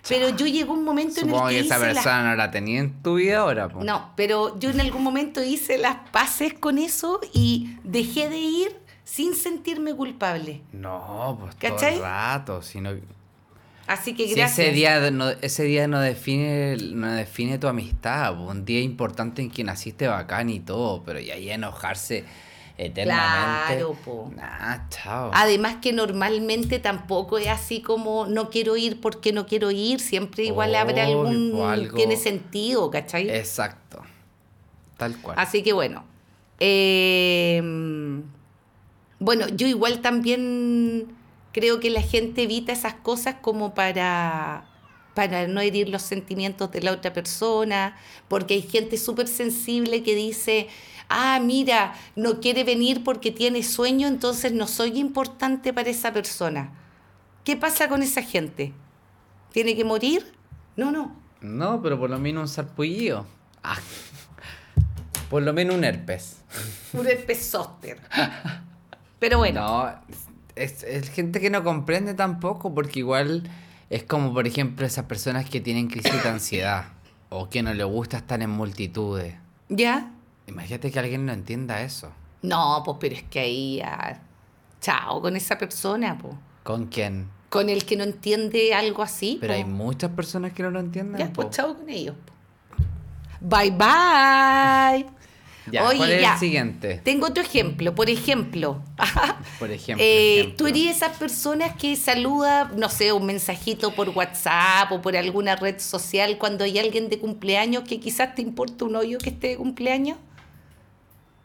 Speaker 5: Pero yo llegó un momento en el
Speaker 6: Supongo que
Speaker 5: que,
Speaker 6: esa
Speaker 5: hice las
Speaker 6: persona no la tenía en tu vida ahora, po.
Speaker 5: no, pero yo en algún momento hice las paces con eso y dejé de ir sin sentirme culpable.
Speaker 6: No, pues todo
Speaker 5: ¿Cachai?
Speaker 6: el rato, sino
Speaker 5: Así que
Speaker 6: Si
Speaker 5: gracias.
Speaker 6: ese día no, ese día no define no define tu amistad, po, un día importante en que naciste bacán y todo, pero ya ahí enojarse eternamente.
Speaker 5: Claro, po.
Speaker 6: Nah, chao.
Speaker 5: Además que normalmente tampoco es así como no quiero ir porque no quiero ir, siempre igual habrá
Speaker 6: Obvio,
Speaker 5: algún...
Speaker 6: po, algo.
Speaker 5: Tiene sentido, ¿cachai?
Speaker 6: Exacto. Tal cual.
Speaker 5: Así que bueno. eh, bueno, yo igual también creo que la gente evita esas cosas como para, para no herir los sentimientos de la otra persona, porque hay gente súper sensible que dice, ah, mira, no quiere venir porque tiene sueño, entonces no soy importante para esa persona. ¿Qué pasa con esa gente? ¿Tiene que morir? No, no.
Speaker 6: No, pero por lo menos un sarpullido. Ah. Por lo menos un herpes.
Speaker 5: Un herpes zóster. Pero bueno.
Speaker 6: No, es, es gente que no comprende tampoco, porque igual es como, por ejemplo, esas personas que tienen crisis de ansiedad o que no les gusta estar en multitudes.
Speaker 5: ¿Ya?
Speaker 6: Imagínate que alguien no entienda eso.
Speaker 5: No, pues, pero es que ahí ya. Chao con esa persona, pues.
Speaker 6: ¿Con quién?
Speaker 5: Con el que no entiende algo así.
Speaker 6: Pero hay
Speaker 5: po.
Speaker 6: muchas personas que no lo entienden.
Speaker 5: Ya, pues,
Speaker 6: po.
Speaker 5: chao con ellos. po. Bye, bye.
Speaker 6: Ya,
Speaker 5: Oye,
Speaker 6: ¿cuál es
Speaker 5: ya.
Speaker 6: el siguiente?
Speaker 5: Tengo otro ejemplo. Por ejemplo, *laughs*
Speaker 6: Por ejemplo.
Speaker 5: eh,
Speaker 6: ejemplo.
Speaker 5: tú eres esas personas que saluda, no sé, un mensajito por WhatsApp o por alguna red social cuando hay alguien de cumpleaños que quizás te importa un hoyo que esté de cumpleaños.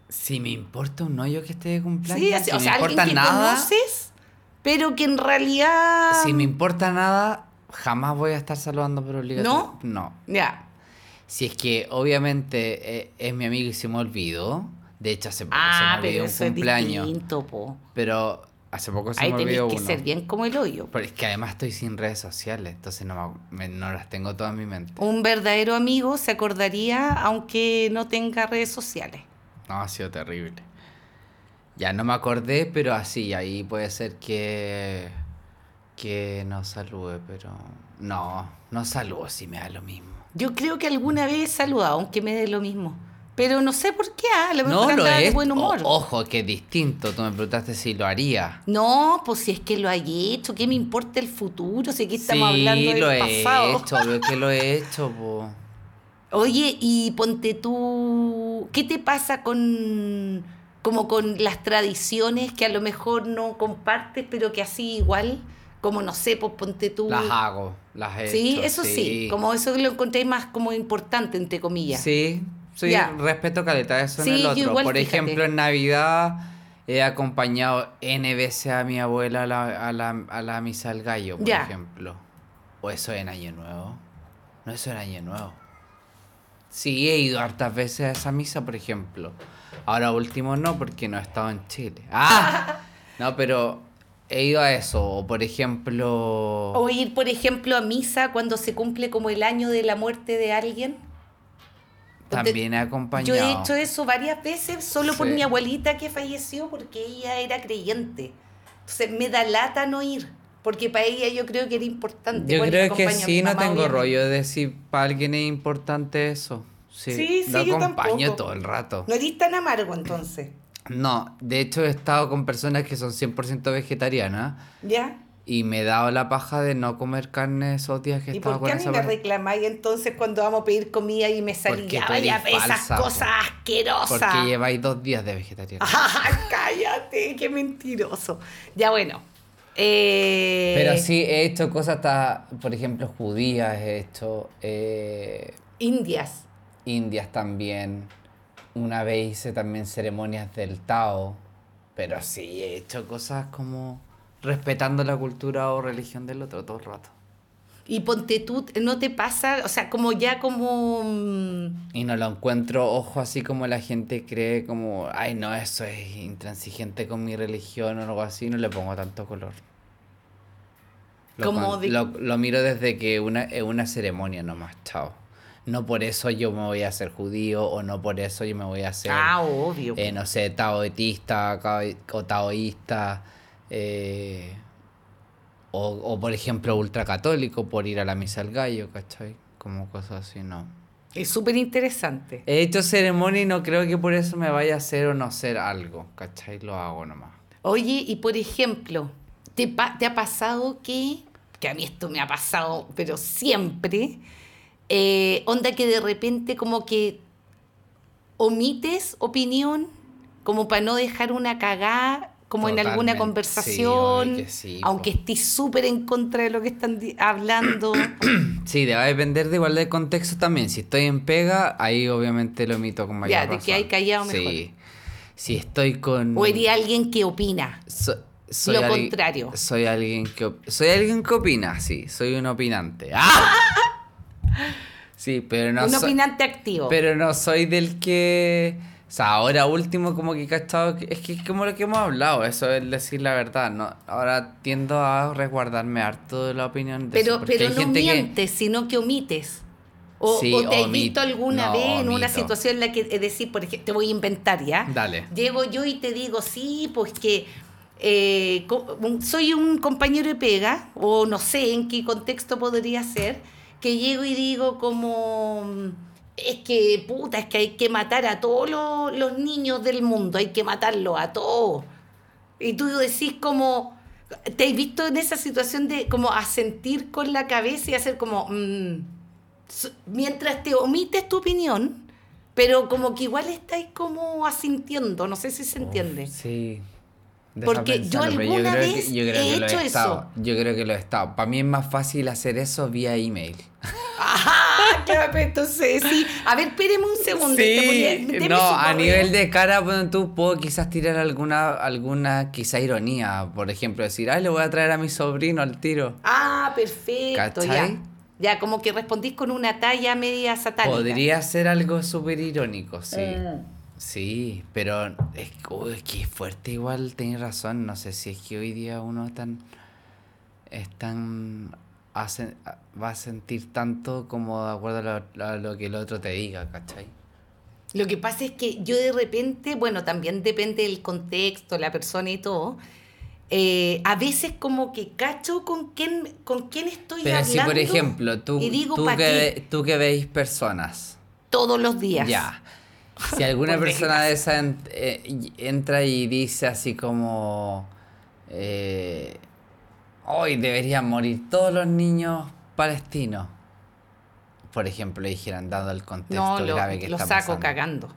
Speaker 6: Si me importa un hoyo que esté de cumpleaños.
Speaker 5: Sí, así,
Speaker 6: si
Speaker 5: o
Speaker 6: me
Speaker 5: sea, alguien
Speaker 6: importa
Speaker 5: que
Speaker 6: nada.
Speaker 5: conoces, pero que en realidad.
Speaker 6: Si me importa nada, jamás voy a estar saludando por obligación.
Speaker 5: ¿No?
Speaker 6: No.
Speaker 5: Ya.
Speaker 6: Si es que obviamente eh, es mi amigo y se me olvidó. De hecho, hace poco
Speaker 5: Ah,
Speaker 6: se me olvidó
Speaker 5: pero
Speaker 6: un
Speaker 5: eso es
Speaker 6: cumpleaños.
Speaker 5: distinto, po.
Speaker 6: pero hace poco se
Speaker 5: Ahí
Speaker 6: me
Speaker 5: tenés
Speaker 6: olvidó
Speaker 5: que
Speaker 6: uno.
Speaker 5: ser bien como el hoyo.
Speaker 6: Pero es que además estoy sin redes sociales, entonces no, me- me- no las tengo todas en mi mente.
Speaker 5: Un verdadero amigo se acordaría aunque no tenga redes sociales.
Speaker 6: No, ha sido terrible. Ya no me acordé, pero así, ahí puede ser que. que no salude, pero. No, no saludo si me da lo mismo.
Speaker 5: Yo creo que alguna vez he saludado, aunque me dé lo mismo. Pero no sé por qué, ah, a lo mejor
Speaker 6: No lo
Speaker 5: andaba de
Speaker 6: es.
Speaker 5: buen humor.
Speaker 6: o- ojo, que es distinto. Tú me preguntaste si lo haría.
Speaker 5: No, pues si es que lo hay hecho, ¿qué me importa el futuro? Si aquí estamos
Speaker 6: sí,
Speaker 5: hablando del
Speaker 6: lo he
Speaker 5: pasado.
Speaker 6: hecho, obvio que lo he hecho, po.
Speaker 5: Oye, y ponte tú, ¿qué te pasa con como con las tradiciones que a lo mejor no compartes, pero que así igual, como no sé, pues ponte *laughs* tú.
Speaker 6: Las hago, las he
Speaker 5: sí,
Speaker 6: hecho,
Speaker 5: eso sí. como eso lo encontré más como importante entre comillas.
Speaker 6: Sí, sí,
Speaker 5: Ya.
Speaker 6: respeto caleta eso en
Speaker 5: Sí,
Speaker 6: el
Speaker 5: yo
Speaker 6: otro.
Speaker 5: igual,
Speaker 6: Por
Speaker 5: fíjate.
Speaker 6: ejemplo, en Navidad he acompañado N veces a mi abuela a la, a la- a la misa del gallo, por
Speaker 5: Ya.
Speaker 6: ejemplo. O eso en Año Nuevo. No, eso en Año Nuevo. Sí, he ido hartas veces a esa misa, por ejemplo. Ahora último no, porque no he estado en Chile.
Speaker 5: *laughs*
Speaker 6: ¡Ah! No, pero he ido a eso. O por ejemplo...
Speaker 5: O ir, por ejemplo, a misa cuando se cumple como el año de la muerte de alguien.
Speaker 6: También he acompañado.
Speaker 5: Yo he hecho eso varias veces solo por
Speaker 6: Sí.
Speaker 5: mi abuelita que falleció porque ella era creyente. Entonces me da lata no ir, porque para ella yo creo que era importante.
Speaker 6: Yo
Speaker 5: Bueno,
Speaker 6: creo que
Speaker 5: acompaño a mi
Speaker 6: sí, no
Speaker 5: mamá,
Speaker 6: tengo
Speaker 5: obviamente.
Speaker 6: rollo de si para alguien es importante eso. Sí,
Speaker 5: Sí, sí,
Speaker 6: lo
Speaker 5: yo
Speaker 6: acompaño
Speaker 5: tampoco.
Speaker 6: todo el rato.
Speaker 5: No eres tan amargo entonces,
Speaker 6: No, de hecho he estado con personas que son 100% vegetarianas
Speaker 5: ¿ya?
Speaker 6: y me he dado la paja de no comer carne esos días que
Speaker 5: ¿Y
Speaker 6: estaba
Speaker 5: por
Speaker 6: con
Speaker 5: qué a mí
Speaker 6: esa
Speaker 5: me
Speaker 6: persona.
Speaker 5: reclamáis entonces cuando vamos a pedir comida y me salí
Speaker 6: Porque
Speaker 5: ya,
Speaker 6: tú eres
Speaker 5: vaya, esas
Speaker 6: falsa, po.
Speaker 5: cosas asquerosas? *laughs*
Speaker 6: Porque lleváis dos días de vegetariano.
Speaker 5: Ah, cállate, qué mentiroso. Ya bueno. eh,
Speaker 6: Pero sí, he hecho cosas hasta, por ejemplo, judías, he hecho eh,
Speaker 5: Indias.
Speaker 6: indias también. Una vez hice también ceremonias del Tao. Pero sí, he hecho cosas como respetando la cultura o religión del otro todo el rato.
Speaker 5: Y ponte tú, no te pasa, o sea, como ya como... mm,
Speaker 6: Y no lo encuentro, ojo, así como la gente cree como, ay, no, eso es intransigente con mi religión o algo así, no le pongo tanto color. Lo,
Speaker 5: Como
Speaker 6: con-
Speaker 5: de-
Speaker 6: lo, lo miro desde que una, es una ceremonia nomás, chao. No por eso yo me voy a hacer judío o no por eso yo me voy a hacer,
Speaker 5: Ah, obvio.
Speaker 6: eh, no sé, taoetista cao- o taoísta. eh, o, o, por ejemplo, ultracatólico por ir a la misa al gallo, ¿cachai? Como cosas así, no.
Speaker 5: Es súper interesante.
Speaker 6: He hecho ceremonia y no creo que por eso me vaya a hacer o no ser algo, ¿cachai? Lo hago nomás.
Speaker 5: Oye, y por ejemplo, ¿te, pa- te ha pasado que, que a mí esto me ha pasado, pero siempre, eh, onda que de repente como que omites opinión, como para no dejar una cagada, como en alguna
Speaker 6: Totalmente, sí,
Speaker 5: conversación,
Speaker 6: obvio que sí, po.
Speaker 5: aunque estés súper en contra de lo que están di-
Speaker 6: *clears throat*
Speaker 5: hablando?
Speaker 6: Sí, de- va a depender de igualdad de contexto también. Si estoy en pega, ahí obviamente lo omito con mayor
Speaker 5: Ya, te
Speaker 6: razón.
Speaker 5: quedáis callado
Speaker 6: Sí. Si estoy con...
Speaker 5: ¿O eres alguien que opina?
Speaker 6: So- soy
Speaker 5: lo
Speaker 6: alguien-
Speaker 5: contrario.
Speaker 6: Soy alguien que op- soy alguien que opina, sí. Soy un opinante.
Speaker 5: *laughs*
Speaker 6: ¡Ah! Sí, pero no
Speaker 5: Un
Speaker 6: so-
Speaker 5: opinante activo.
Speaker 6: Pero no soy del que. O sea, ahora último, como que he cachado. que- Es que es como lo que hemos hablado, eso es decir la verdad. ¿no? Ahora tiendo a resguardarme harto de la opinión de eso,
Speaker 5: Pero,
Speaker 6: porque
Speaker 5: pero
Speaker 6: hay
Speaker 5: no
Speaker 6: gente que-
Speaker 5: mientes, sino que omites. O,
Speaker 6: Sí,
Speaker 5: o te has
Speaker 6: omito.
Speaker 5: visto alguna
Speaker 6: No,
Speaker 5: vez en una
Speaker 6: omito.
Speaker 5: situación en la que eh, decís, por ejemplo, te voy a inventar ya.
Speaker 6: Dale.
Speaker 5: Llego yo y te digo, sí, pues que eh, co- un- soy un compañero de pega, o no sé en qué contexto podría ser, que llego y digo como, mm, es que puta, es que hay que matar a todos los, los niños del mundo, hay que matarlos a todos. Y tú decís como, ¿te has visto en esa situación de como asentir con la cabeza y hacer como, mm, so- mientras te omites tu opinión, pero como que igual estáis como asintiendo, no sé si se entiende.
Speaker 6: Sí. Deja
Speaker 5: Porque yo
Speaker 6: pero
Speaker 5: alguna
Speaker 6: creo que-
Speaker 5: vez
Speaker 6: yo creo
Speaker 5: he
Speaker 6: que lo
Speaker 5: hecho eso.
Speaker 6: estado. Yo creo que lo he estado. Para mí es más fácil hacer eso vía email.
Speaker 5: *laughs* Ah, claro, pero entonces sí. A ver, espéreme un segundo. te voy a- deme su
Speaker 6: no, a
Speaker 5: correo.
Speaker 6: nivel de cara, bueno, tú puedo quizás tirar alguna, alguna quizá ironía. Por ejemplo, decir, ay, le voy a traer a mi sobrino al tiro.
Speaker 5: Ah, perfecto,
Speaker 6: ¿Cachai?
Speaker 5: ya. Ya, como que respondís con una talla media satánica.
Speaker 6: Podría ser algo súper irónico, sí.
Speaker 5: Mm.
Speaker 6: Sí, pero es uy, que fuerte igual, tenés razón. No sé si es que hoy día uno es tan, es tan- hace- va a sentir tanto como de acuerdo a lo, a lo que el otro te diga, ¿cachai?
Speaker 5: Lo que pasa es que yo de repente, bueno, también depende del contexto, la persona y todo. eh, a veces como que cacho con quién, con quién estoy
Speaker 6: Pero
Speaker 5: hablando.
Speaker 6: si, por ejemplo, tú,
Speaker 5: y digo
Speaker 6: tú,
Speaker 5: pa'
Speaker 6: que,
Speaker 5: qué
Speaker 6: ve- tú que veis personas,
Speaker 5: todos los días.
Speaker 6: Ya. Si alguna
Speaker 5: Por
Speaker 6: persona de esa en- eh, y- entra y dice así como, eh, hoy deberían morir todos los niños palestinos, por ejemplo, dijeran dado el contexto
Speaker 5: no, lo,
Speaker 6: grave que
Speaker 5: lo
Speaker 6: está
Speaker 5: saco
Speaker 6: pasando.
Speaker 5: cagando.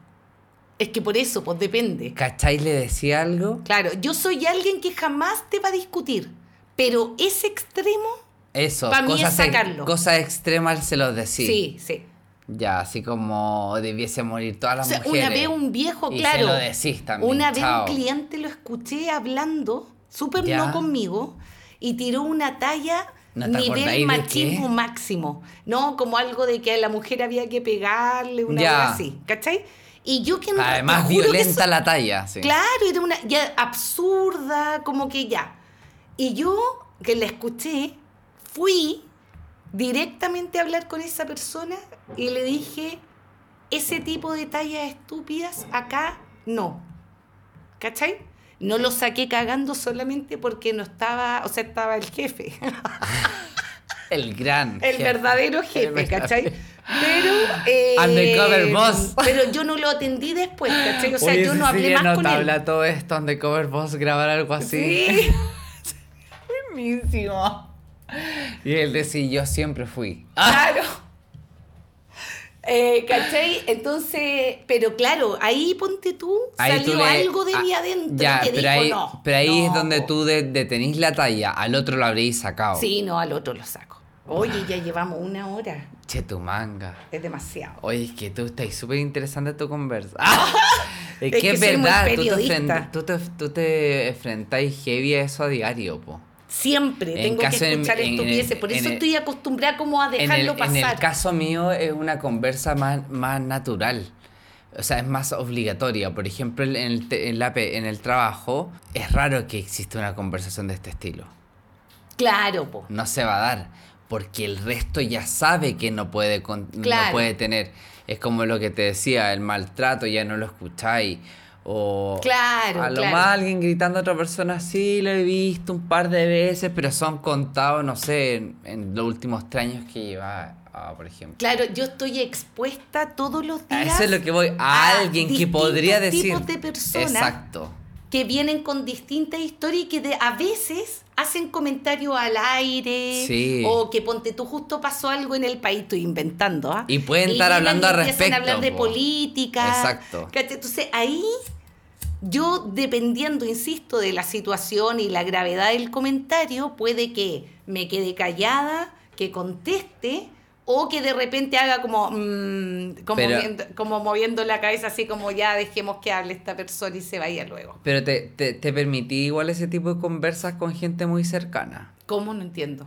Speaker 5: Es que por eso, pues depende.
Speaker 6: ¿Cachai le decía algo?
Speaker 5: Claro, yo soy alguien que jamás te va a discutir, pero ese extremo,
Speaker 6: Eso,
Speaker 5: Pa' mí es
Speaker 6: cosas, ex-
Speaker 5: sacarlo.
Speaker 6: cosas extremas se los decía.
Speaker 5: sí, sí.
Speaker 6: Ya, así como debiese morir todas
Speaker 5: O
Speaker 6: las
Speaker 5: sea,
Speaker 6: mujeres.
Speaker 5: una vez un viejo,
Speaker 6: Y se
Speaker 5: claro.
Speaker 6: lo decís también,
Speaker 5: Una vez
Speaker 6: chao.
Speaker 5: un cliente lo escuché hablando, súper
Speaker 6: Ya.
Speaker 5: no conmigo, y tiró una talla
Speaker 6: ¿No te acordáis de
Speaker 5: nivel machismo
Speaker 6: qué?
Speaker 5: máximo. No, como algo de que a la mujer había que pegarle, una
Speaker 6: Ya.
Speaker 5: cosa así, ¿cachai? Y yo que no- *laughs* te
Speaker 6: Además,
Speaker 5: juro que
Speaker 6: violenta
Speaker 5: eso-
Speaker 6: la talla. sí.
Speaker 5: Claro, era una ya absurda, como que ya. Y yo, que la escuché, fui directamente a hablar con esa persona y le dije, ese tipo de tallas estúpidas acá no. ¿Cachai? No lo saqué cagando solamente porque no estaba, o sea, estaba el jefe, *laughs*
Speaker 6: El gran.
Speaker 5: el
Speaker 6: jefe.
Speaker 5: verdadero
Speaker 6: El
Speaker 5: jefe,
Speaker 6: verdadero-
Speaker 5: ¿cachai?
Speaker 6: *laughs*
Speaker 5: Pero. eh,
Speaker 6: Undercover boss.
Speaker 5: Pero yo no lo atendí después, ¿cachai? O sea,
Speaker 6: Oye,
Speaker 5: yo no hablé
Speaker 6: Cecilia,
Speaker 5: más
Speaker 6: no
Speaker 5: con
Speaker 6: te
Speaker 5: él.
Speaker 6: habla todo esto, Undercover Boss, grabar algo así. *laughs*
Speaker 5: Sí.
Speaker 6: Buenísimo. Y él decía, yo siempre fui.
Speaker 5: Claro. Eh, ¿Cachai? Entonces, pero claro, ahí ponte tú,
Speaker 6: Ahí tú
Speaker 5: salió
Speaker 6: le-
Speaker 5: algo de mí
Speaker 6: ah,
Speaker 5: adentro
Speaker 6: Ya,
Speaker 5: que
Speaker 6: pero
Speaker 5: dijo,
Speaker 6: ahí,
Speaker 5: no.
Speaker 6: pero ahí es
Speaker 5: no,
Speaker 6: donde
Speaker 5: po".
Speaker 6: tú de- detenís la talla. Al otro lo habréis sacado.
Speaker 5: Sí, no, al otro lo saco. Oye, ya llevamos una hora.
Speaker 6: Che, tu manga.
Speaker 5: Es demasiado.
Speaker 6: Oye, es que tú estás súper interesante
Speaker 5: *laughs*
Speaker 6: tu conversa. Ah,
Speaker 5: Es
Speaker 6: es, que
Speaker 5: que
Speaker 6: es
Speaker 5: soy muy
Speaker 6: verdad, tú te,
Speaker 5: periodista.
Speaker 6: enfren- tú, te, tú te enfrentáis heavy a eso a diario, po.
Speaker 5: Siempre
Speaker 6: En
Speaker 5: tengo que
Speaker 6: caso en-
Speaker 5: escuchar
Speaker 6: en-
Speaker 5: estupideces. Por
Speaker 6: en
Speaker 5: eso
Speaker 6: el-
Speaker 5: estoy acostumbrada como a
Speaker 6: En el,
Speaker 5: dejarlo
Speaker 6: en el
Speaker 5: pasar.
Speaker 6: caso mío es una conversa más, más natural. O sea, es más obligatoria. Por ejemplo, en el, te- en la pe- en el trabajo es raro que exista una conversación de este estilo.
Speaker 5: Claro, po.
Speaker 6: no se va a dar porque el resto ya sabe que no puede con- no
Speaker 5: Claro.
Speaker 6: puede tener es como lo que te decía el maltrato ya no lo escucháis o
Speaker 5: Claro,
Speaker 6: a lo
Speaker 5: claro.
Speaker 6: más alguien gritando a otra persona sí lo he visto un par de veces pero son contados no sé en, en los últimos tres años que lleva ah, por ejemplo
Speaker 5: Claro, yo estoy expuesta todos los
Speaker 6: A
Speaker 5: días.
Speaker 6: eso es lo que voy a,
Speaker 5: a
Speaker 6: alguien que
Speaker 5: distintos
Speaker 6: podría decir
Speaker 5: tipos de personas
Speaker 6: exacto
Speaker 5: que vienen con distintas historias y que de- a veces hacen comentarios al aire
Speaker 6: Sí.
Speaker 5: o que ponte tú justo pasó algo en el país, estoy inventando, ¿ah?
Speaker 6: Y pueden estar
Speaker 5: vienen
Speaker 6: hablando
Speaker 5: y
Speaker 6: al
Speaker 5: empiezan a
Speaker 6: respecto,
Speaker 5: hablar de
Speaker 6: po.
Speaker 5: política.
Speaker 6: Exacto.
Speaker 5: ¿cachai? Entonces ahí yo dependiendo, insisto, de la situación y la gravedad del comentario, puede que me quede callada, que conteste o que de repente haga como mm, como,
Speaker 6: Pero-
Speaker 5: viendo- como moviendo la cabeza así como ya dejemos que hable esta persona y se vaya luego.
Speaker 6: pero te, te, te permití igual ese tipo de conversas con gente muy cercana
Speaker 5: ¿Cómo no entiendo?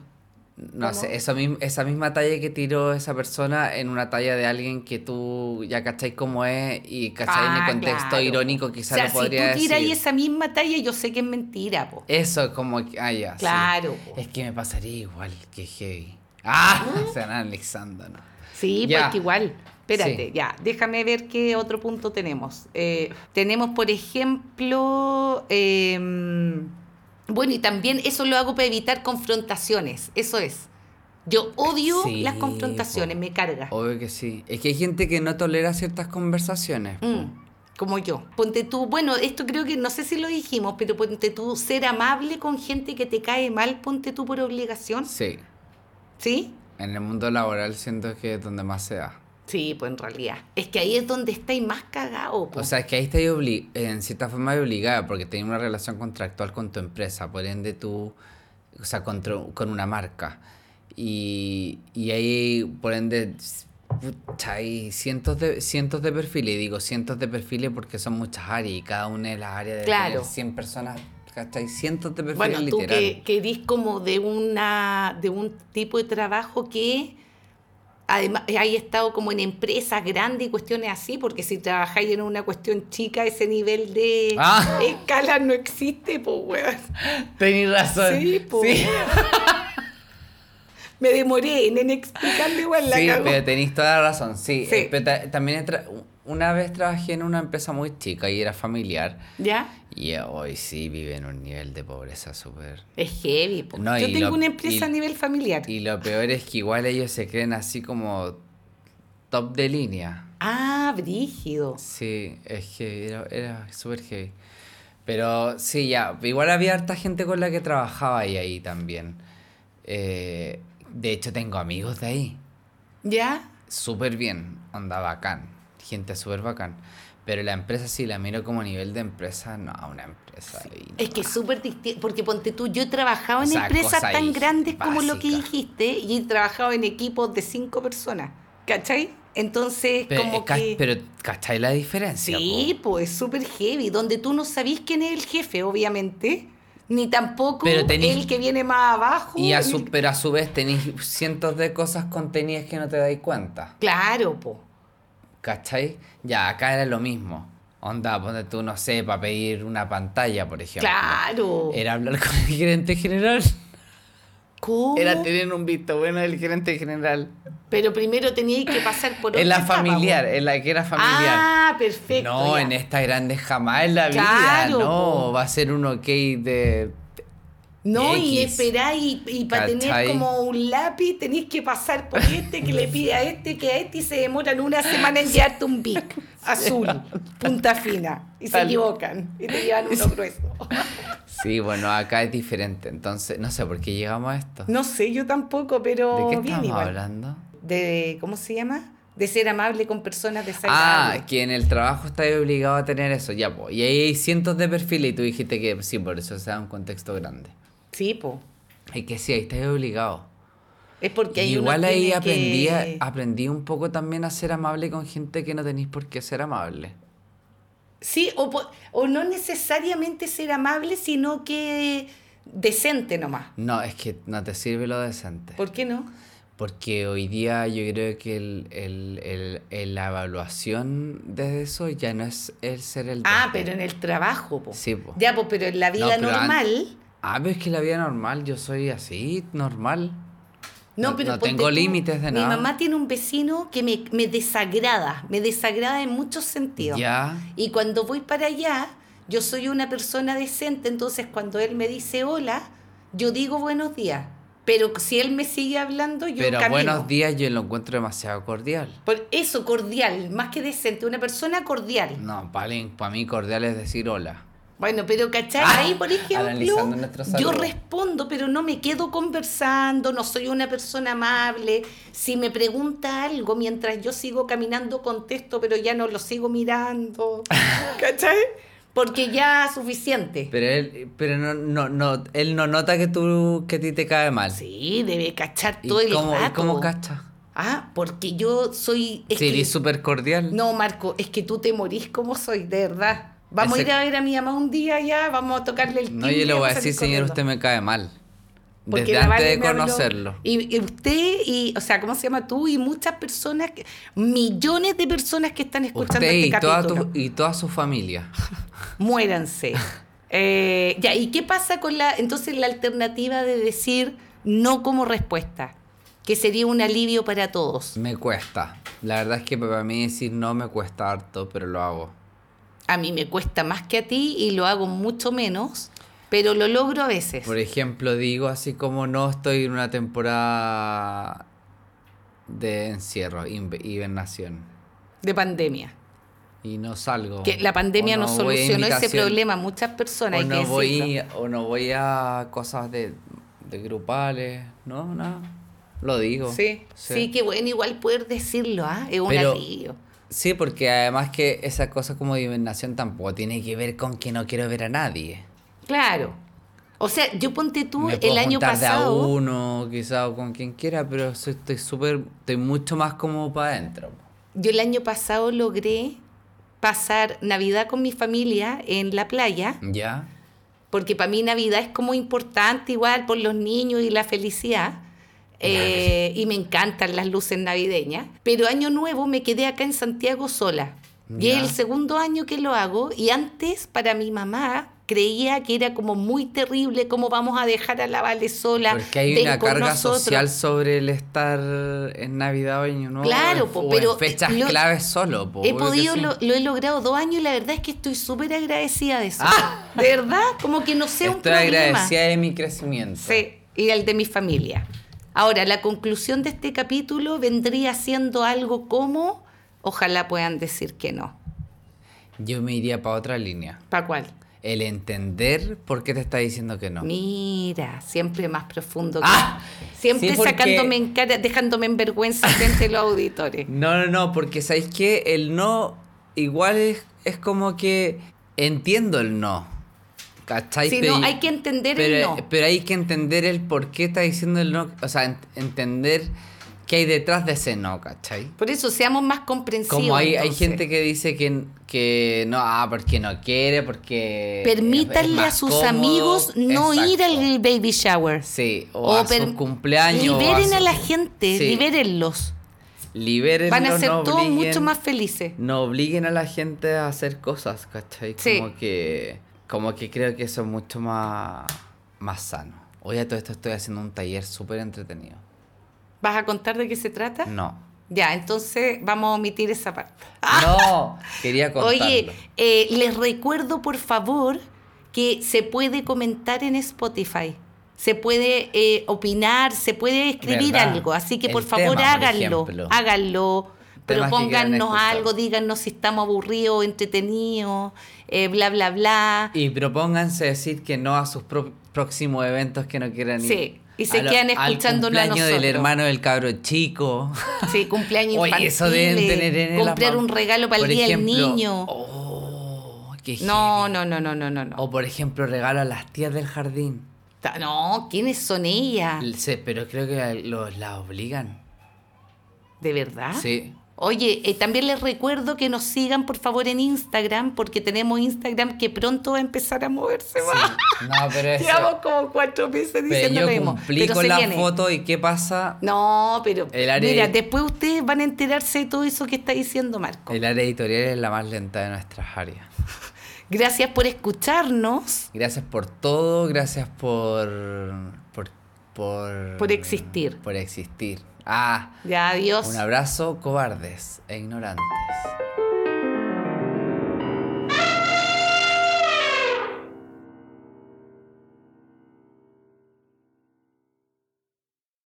Speaker 6: No sé, eso mismo, esa misma talla que tiró esa persona en una talla de alguien que tú ya cacháis cómo es y cacháis en el
Speaker 5: Ah,
Speaker 6: contexto
Speaker 5: claro.
Speaker 6: irónico quizás
Speaker 5: o sea,
Speaker 6: lo podría
Speaker 5: si tú tiras ahí
Speaker 6: decir.
Speaker 5: esa misma talla, yo sé que es mentira, po.
Speaker 6: Eso es como que, ah, ya, sí.
Speaker 5: Claro, po. ¿Mm?
Speaker 6: Es que me pasaría igual que heavy. Ah, *laughs* se van analizando, ¿no?
Speaker 5: Sí,
Speaker 6: Ya.
Speaker 5: porque igual. Espérate,
Speaker 6: Sí.
Speaker 5: ya. Déjame ver qué otro punto tenemos. Eh, tenemos, por ejemplo, eh, bueno, y también eso lo hago para evitar confrontaciones. Eso es. Yo odio
Speaker 6: Sí,
Speaker 5: las confrontaciones,
Speaker 6: po.
Speaker 5: me carga.
Speaker 6: Obvio que sí. Es que hay gente que no tolera ciertas conversaciones. po.
Speaker 5: Mm, como yo. Ponte tú, bueno, esto creo que no sé si lo dijimos, pero ponte tú ser amable con gente que te cae mal, ponte tú por obligación.
Speaker 6: Sí.
Speaker 5: ¿Sí?
Speaker 6: En el mundo laboral siento que es donde más se da.
Speaker 5: Sí, pues en realidad. Es que ahí es donde estáis más cagados.
Speaker 6: O sea, es que ahí estás obli- en cierta forma obligada porque tenés una relación contractual con tu empresa, por ende tú, o sea, con, tu- con una marca. Y, y ahí, por ende, s- pucha, hay cientos de, cientos de perfiles, y digo cientos de perfiles porque son muchas áreas y cada una de las áreas de
Speaker 5: Claro.
Speaker 6: 100 personas, ¿cachai? Cientos de perfiles
Speaker 5: bueno, tú
Speaker 6: literal.
Speaker 5: que, que eres como de, una, de un tipo de trabajo que además eh, hay estado como en empresas grandes y cuestiones así, porque si trabajáis en una cuestión chica, ese nivel de
Speaker 6: Ah.
Speaker 5: escala no existe, pues, weón.
Speaker 6: Tenés razón.
Speaker 5: Sí, po.
Speaker 6: Sí.
Speaker 5: Me demoré en, en explicarle igual *laughs* la
Speaker 6: Sí,
Speaker 5: cagó.
Speaker 6: pero tenéis toda la razón, sí.
Speaker 5: Sí.
Speaker 6: Eh, pero ta- también he tra- una vez trabajé en una empresa muy chica y era familiar.
Speaker 5: ¿Ya?
Speaker 6: Y hoy sí vive en un nivel de pobreza súper.
Speaker 5: Es heavy, po.
Speaker 6: No,
Speaker 5: Yo
Speaker 6: y
Speaker 5: tengo
Speaker 6: lo-
Speaker 5: una empresa
Speaker 6: y-
Speaker 5: a nivel familiar.
Speaker 6: Y lo peor es que igual ellos se creen así como top de línea.
Speaker 5: Ah, brígido.
Speaker 6: Sí, es que era, era súper heavy. Pero sí, ya, igual había harta gente con la que trabajaba ahí, ahí también. Eh, de hecho, tengo amigos de ahí.
Speaker 5: ¿Ya?
Speaker 6: Súper bien, onda bacán. Gente súper bacán. Pero la empresa, sí la miro como nivel de empresa, no, una empresa. ahí
Speaker 5: Es que es súper distinto, porque ponte tú, yo he trabajado
Speaker 6: O
Speaker 5: en
Speaker 6: sea,
Speaker 5: empresas
Speaker 6: cosa ahí
Speaker 5: tan grandes como lo que
Speaker 6: básica.
Speaker 5: dijiste y he trabajado en equipos de cinco personas, ¿cachai? Entonces,
Speaker 6: Pero,
Speaker 5: como
Speaker 6: eh, ca-
Speaker 5: que...
Speaker 6: pero, ¿cachai la diferencia?
Speaker 5: sí, pues es súper heavy, donde tú no sabís quién es el jefe, obviamente, ni tampoco
Speaker 6: Pero tenés-
Speaker 5: el que viene más abajo.
Speaker 6: po? Y a
Speaker 5: ni-
Speaker 6: su, pero a su vez tenéis cientos de cosas contenidas que no te dais cuenta.
Speaker 5: Claro, pues.
Speaker 6: ¿Cachai? Ya, acá era lo mismo. Onda, ponte tú, no sé, para pedir una pantalla, por ejemplo.
Speaker 5: Claro.
Speaker 6: Era hablar con el gerente general.
Speaker 5: ¿Cómo?
Speaker 6: Era tener un visto bueno del gerente general.
Speaker 5: Pero primero tenía que pasar por
Speaker 6: En la
Speaker 5: otra etapa,
Speaker 6: familiar,
Speaker 5: po.
Speaker 6: en la que era familiar.
Speaker 5: Ah, perfecto.
Speaker 6: no,
Speaker 5: ya.
Speaker 6: en esta grande jamás en la
Speaker 5: Claro,
Speaker 6: vida.
Speaker 5: po.
Speaker 6: No, va a ser un ok de.
Speaker 5: No, y
Speaker 6: X.
Speaker 5: esperar y, para tener
Speaker 6: ¿Cachai?
Speaker 5: como un lápiz tenéis que pasar
Speaker 6: *laughs*
Speaker 5: por este que le pide a este que a este y se demoran una semana en llevarte un bic
Speaker 6: *laughs*
Speaker 5: azul, punta fina. Y se
Speaker 6: Tal.
Speaker 5: equivocan y te llevan uno grueso.
Speaker 6: Sí, bueno, acá es diferente. Entonces, no sé por qué llegamos a esto.
Speaker 5: No sé, yo tampoco, pero
Speaker 6: ¿De qué
Speaker 5: bien
Speaker 6: estamos
Speaker 5: igual.
Speaker 6: hablando?
Speaker 5: De, ¿Cómo se llama? De ser amable con personas desagradables.
Speaker 6: Ah, que en el trabajo está obligado a tener eso, ya, po. Y ahí hay cientos de perfiles y tú dijiste que sí, por eso se da un contexto grande.
Speaker 5: Sí, po.
Speaker 6: Es que sí, ahí estás obligado.
Speaker 5: Es porque hay
Speaker 6: Y
Speaker 5: unos
Speaker 6: igual ahí
Speaker 5: tienen
Speaker 6: aprendí, a-
Speaker 5: que-
Speaker 6: aprendí un poco también a ser amable con gente que no tenéis por qué ser amable.
Speaker 5: Sí, o, po- o no necesariamente ser amable, sino que decente nomás.
Speaker 6: No, es que no te sirve lo decente.
Speaker 5: ¿Por qué no?
Speaker 6: Porque hoy día yo creo que el, el- el- el- la evaluación de eso ya no es el ser el...
Speaker 5: Ah,
Speaker 6: doctor.
Speaker 5: pero en el trabajo, po.
Speaker 6: Sí, po.
Speaker 5: Ya, po, pero en la vida
Speaker 6: pero an-
Speaker 5: normal.
Speaker 6: Ah, pero es que la vida normal, yo soy así, normal.
Speaker 5: No,
Speaker 6: no-
Speaker 5: pero
Speaker 6: no
Speaker 5: ponte
Speaker 6: tengo límites de
Speaker 5: mi
Speaker 6: nada.
Speaker 5: mamá tiene un vecino que me, me desagrada, me desagrada en muchos sentidos.
Speaker 6: Ya.
Speaker 5: Y cuando voy para allá, yo soy una persona decente, entonces cuando él me dice hola, yo digo buenos días. Pero si él me sigue hablando, yo
Speaker 6: Pero
Speaker 5: camino.
Speaker 6: buenos días yo lo encuentro demasiado cordial.
Speaker 5: Por eso, cordial, más que decente, una persona cordial.
Speaker 6: No, para mí cordial es decir hola.
Speaker 5: Bueno, pero ¿cachai?
Speaker 6: Ah,
Speaker 5: Ahí, por ejemplo,
Speaker 6: analizando nuestro
Speaker 5: yo
Speaker 6: saludo.
Speaker 5: respondo, pero no me quedo conversando, no soy una persona amable. Si me pregunta algo mientras yo sigo caminando, contesto, pero ya no lo sigo
Speaker 6: *laughs*
Speaker 5: mirando. ¿Cachai? Porque ya suficiente.
Speaker 6: Pero él, pero no, no, no, él no nota que tú, que a ti te cae mal.
Speaker 5: sí, debe cachar
Speaker 6: ¿Y
Speaker 5: todo el
Speaker 6: cómo, y
Speaker 5: rato.
Speaker 6: cómo cacha?
Speaker 5: Ah, porque yo soy... es
Speaker 6: Sí,
Speaker 5: que-
Speaker 6: eres súper cordial.
Speaker 5: No, Marco, es que tú te morís como soy, de verdad. Vamos
Speaker 6: Ese-
Speaker 5: a ir a ver a mi mamá un día ya, vamos a tocarle el
Speaker 6: No,
Speaker 5: timbre
Speaker 6: yo
Speaker 5: y
Speaker 6: le voy
Speaker 5: vamos
Speaker 6: a decir,
Speaker 5: salir
Speaker 6: señor,
Speaker 5: corriendo".
Speaker 6: usted me cae mal.
Speaker 5: Porque
Speaker 6: Desde
Speaker 5: la
Speaker 6: antes
Speaker 5: Vale
Speaker 6: de
Speaker 5: me habló.
Speaker 6: conocerlo.
Speaker 5: Y, y usted, y, o sea, ¿cómo se llama tú? Y muchas personas, que- millones de personas que están escuchando
Speaker 6: Usted y
Speaker 5: este
Speaker 6: toda,
Speaker 5: capítulo.
Speaker 6: tu- y toda su familia.
Speaker 5: *laughs*
Speaker 6: *laughs*
Speaker 5: Muéranse. Eh, ya, ¿y qué pasa con la, entonces, la alternativa de decir no como respuesta? Que sería un alivio para todos.
Speaker 6: Me cuesta. La verdad es que para mí decir no me cuesta harto, pero lo hago.
Speaker 5: A mí me cuesta más que a ti y lo hago mucho menos, pero lo logro a veces.
Speaker 6: Por ejemplo, digo así como no estoy en una temporada de encierro, inve- hibernación.
Speaker 5: De pandemia.
Speaker 6: Y no salgo.
Speaker 5: Que la pandemia
Speaker 6: Oh, O
Speaker 5: nos
Speaker 6: voy a
Speaker 5: solucionó ese
Speaker 6: invitación,
Speaker 5: problema a muchas personas.
Speaker 6: O
Speaker 5: hay que
Speaker 6: no,
Speaker 5: decirlo.
Speaker 6: voy, o no voy a cosas de, de grupales. No, nada. Lo digo.
Speaker 5: Sí, sí, qué bueno igual poder decirlo, ¿ah? Es un
Speaker 6: Pero-
Speaker 5: alivio.
Speaker 6: Sí, porque además que esa cosa como de hibernación tampoco tiene que ver con que no quiero ver a nadie.
Speaker 5: Claro. O sea, yo ponte tú
Speaker 6: Me
Speaker 5: el
Speaker 6: puedo
Speaker 5: año
Speaker 6: juntar de a
Speaker 5: pasado.
Speaker 6: uno, quizá, o con quien quiera, pero soy- estoy súper, estoy mucho más como para adentro.
Speaker 5: Yo el año pasado logré pasar Navidad con mi familia en la playa,
Speaker 6: ¿Ya?
Speaker 5: porque para mí Navidad es como importante igual por los niños y la felicidad. Eh, y me encantan las luces navideñas. Pero año nuevo me quedé acá en Santiago sola. Y es
Speaker 6: Ya.
Speaker 5: el segundo año que lo hago. Y antes, para mi mamá, creía que era como muy terrible cómo vamos a dejar a la Vale sola.
Speaker 6: Porque hay
Speaker 5: ven
Speaker 6: una
Speaker 5: con
Speaker 6: carga
Speaker 5: nosotros.
Speaker 6: social sobre el estar en Navidad o Año Nuevo.
Speaker 5: Claro,
Speaker 6: en-
Speaker 5: po,
Speaker 6: o
Speaker 5: pero,
Speaker 6: En fechas
Speaker 5: eh, lo-
Speaker 6: claves solo, po,
Speaker 5: He
Speaker 6: obvio que
Speaker 5: podido,
Speaker 6: sí.
Speaker 5: lo, lo he logrado dos años y la verdad es que estoy súper agradecida de eso.
Speaker 6: Ah.
Speaker 5: De verdad, como que no
Speaker 6: *laughs*
Speaker 5: sea un
Speaker 6: Estoy
Speaker 5: problema.
Speaker 6: agradecida de mi crecimiento.
Speaker 5: Sí, y el de mi familia. Ahora, la conclusión de este capítulo vendría siendo algo como, ojalá puedan decir que no.
Speaker 6: Yo me iría para otra línea.
Speaker 5: ¿Para cuál?
Speaker 6: El entender por qué te está diciendo que no.
Speaker 5: Mira, siempre más profundo que...
Speaker 6: Ah,
Speaker 5: siempre
Speaker 6: sí, porque-
Speaker 5: sacándome en cara, dejándome en vergüenza frente a los
Speaker 6: *laughs*
Speaker 5: auditores.
Speaker 6: No, no, no, porque ¿sabéis qué? El no igual es, es como que entiendo el no. ¿Cachai?
Speaker 5: Sí, no, hay que entender el
Speaker 6: pero- eh,
Speaker 5: no.
Speaker 6: Pero hay que entender el por qué está diciendo el no. O sea, ent- entender qué hay detrás de ese no, ¿cachai?
Speaker 5: Por eso, seamos más comprensivos.
Speaker 6: Como hay, hay
Speaker 5: entonces.
Speaker 6: gente que dice que, que no, ah, porque no quiere, porque. es- es
Speaker 5: Permítanle a
Speaker 6: más
Speaker 5: sus
Speaker 6: cómodo.
Speaker 5: amigos no ir
Speaker 6: Exacto.
Speaker 5: al baby shower.
Speaker 6: Sí, o, a
Speaker 5: per-
Speaker 6: sus cumpleaños. o
Speaker 5: Liberen a,
Speaker 6: su-
Speaker 5: la gente,
Speaker 6: Sí,
Speaker 5: libérenlos.
Speaker 6: libérenlos,
Speaker 5: Van a ser
Speaker 6: no
Speaker 5: todos
Speaker 6: obliguen-
Speaker 5: mucho más felices.
Speaker 6: No obliguen a la gente a hacer cosas, ¿cachai?
Speaker 5: Sí.
Speaker 6: Como que. Como que creo que eso es mucho más. más sano. Oye, a todo esto estoy haciendo un taller súper entretenido.
Speaker 5: ¿Vas a contar de qué se trata?
Speaker 6: No.
Speaker 5: Ya, entonces vamos a omitir esa parte.
Speaker 6: No, quería contarlo.
Speaker 5: Ah. *laughs* Oye, eh, les recuerdo por favor que se puede comentar en Spotify. Se puede eh, opinar, se puede escribir
Speaker 6: ¿Verdad?
Speaker 5: algo. Así que
Speaker 6: El
Speaker 5: por favor
Speaker 6: tema, por
Speaker 5: háganlo.
Speaker 6: ejemplo.
Speaker 5: háganlo.
Speaker 6: Temas que quieran
Speaker 5: Propóngannos
Speaker 6: escuchar.
Speaker 5: algo, díganos si estamos aburridos, entretenidos, eh, bla, bla, bla.
Speaker 6: Y propónganse decir que no a sus pro- próximos eventos que no quieran ir.
Speaker 5: Sí, y se
Speaker 6: A lo-
Speaker 5: quedan
Speaker 6: al
Speaker 5: escuchándonos a
Speaker 6: cumpleaños del
Speaker 5: nosotros.
Speaker 6: hermano del cabro chico.
Speaker 5: Sí, cumpleaños
Speaker 6: Oye, eso deben
Speaker 5: infantiles,
Speaker 6: tener en las
Speaker 5: comprar
Speaker 6: mam-
Speaker 5: un regalo para el
Speaker 6: Por
Speaker 5: día del
Speaker 6: ejemplo,
Speaker 5: niño.
Speaker 6: Oh, qué
Speaker 5: no,
Speaker 6: heavy.
Speaker 5: no, no, no, no, no, no.
Speaker 6: O por ejemplo, regalo a las tías del jardín.
Speaker 5: Ta- No, ¿quiénes son ellas?
Speaker 6: Oh. L- se- pero creo que la- los la obligan.
Speaker 5: ¿De verdad?
Speaker 6: Sí.
Speaker 5: Oye, eh, también les recuerdo que nos sigan por favor en Instagram, porque tenemos Instagram que pronto va a empezar a moverse
Speaker 6: sí.
Speaker 5: más.
Speaker 6: No, pero eso.
Speaker 5: *laughs* Llevamos como cuatro meses
Speaker 6: Pero
Speaker 5: diciendo lo
Speaker 6: yo
Speaker 5: mismo.
Speaker 6: cumplí
Speaker 5: pero
Speaker 6: con
Speaker 5: se
Speaker 6: la
Speaker 5: viene.
Speaker 6: foto y qué pasa.
Speaker 5: No, pero
Speaker 6: El área-
Speaker 5: mira, después ustedes van a enterarse de todo eso que está diciendo Marco.
Speaker 6: El área editorial es la más lenta de nuestras áreas.
Speaker 5: Gracias por escucharnos,
Speaker 6: Gracias por todo, gracias por. por. por,
Speaker 5: Por existir.
Speaker 6: Por existir. Ah,
Speaker 5: ya adiós.
Speaker 6: un abrazo, cobardes e ignorantes.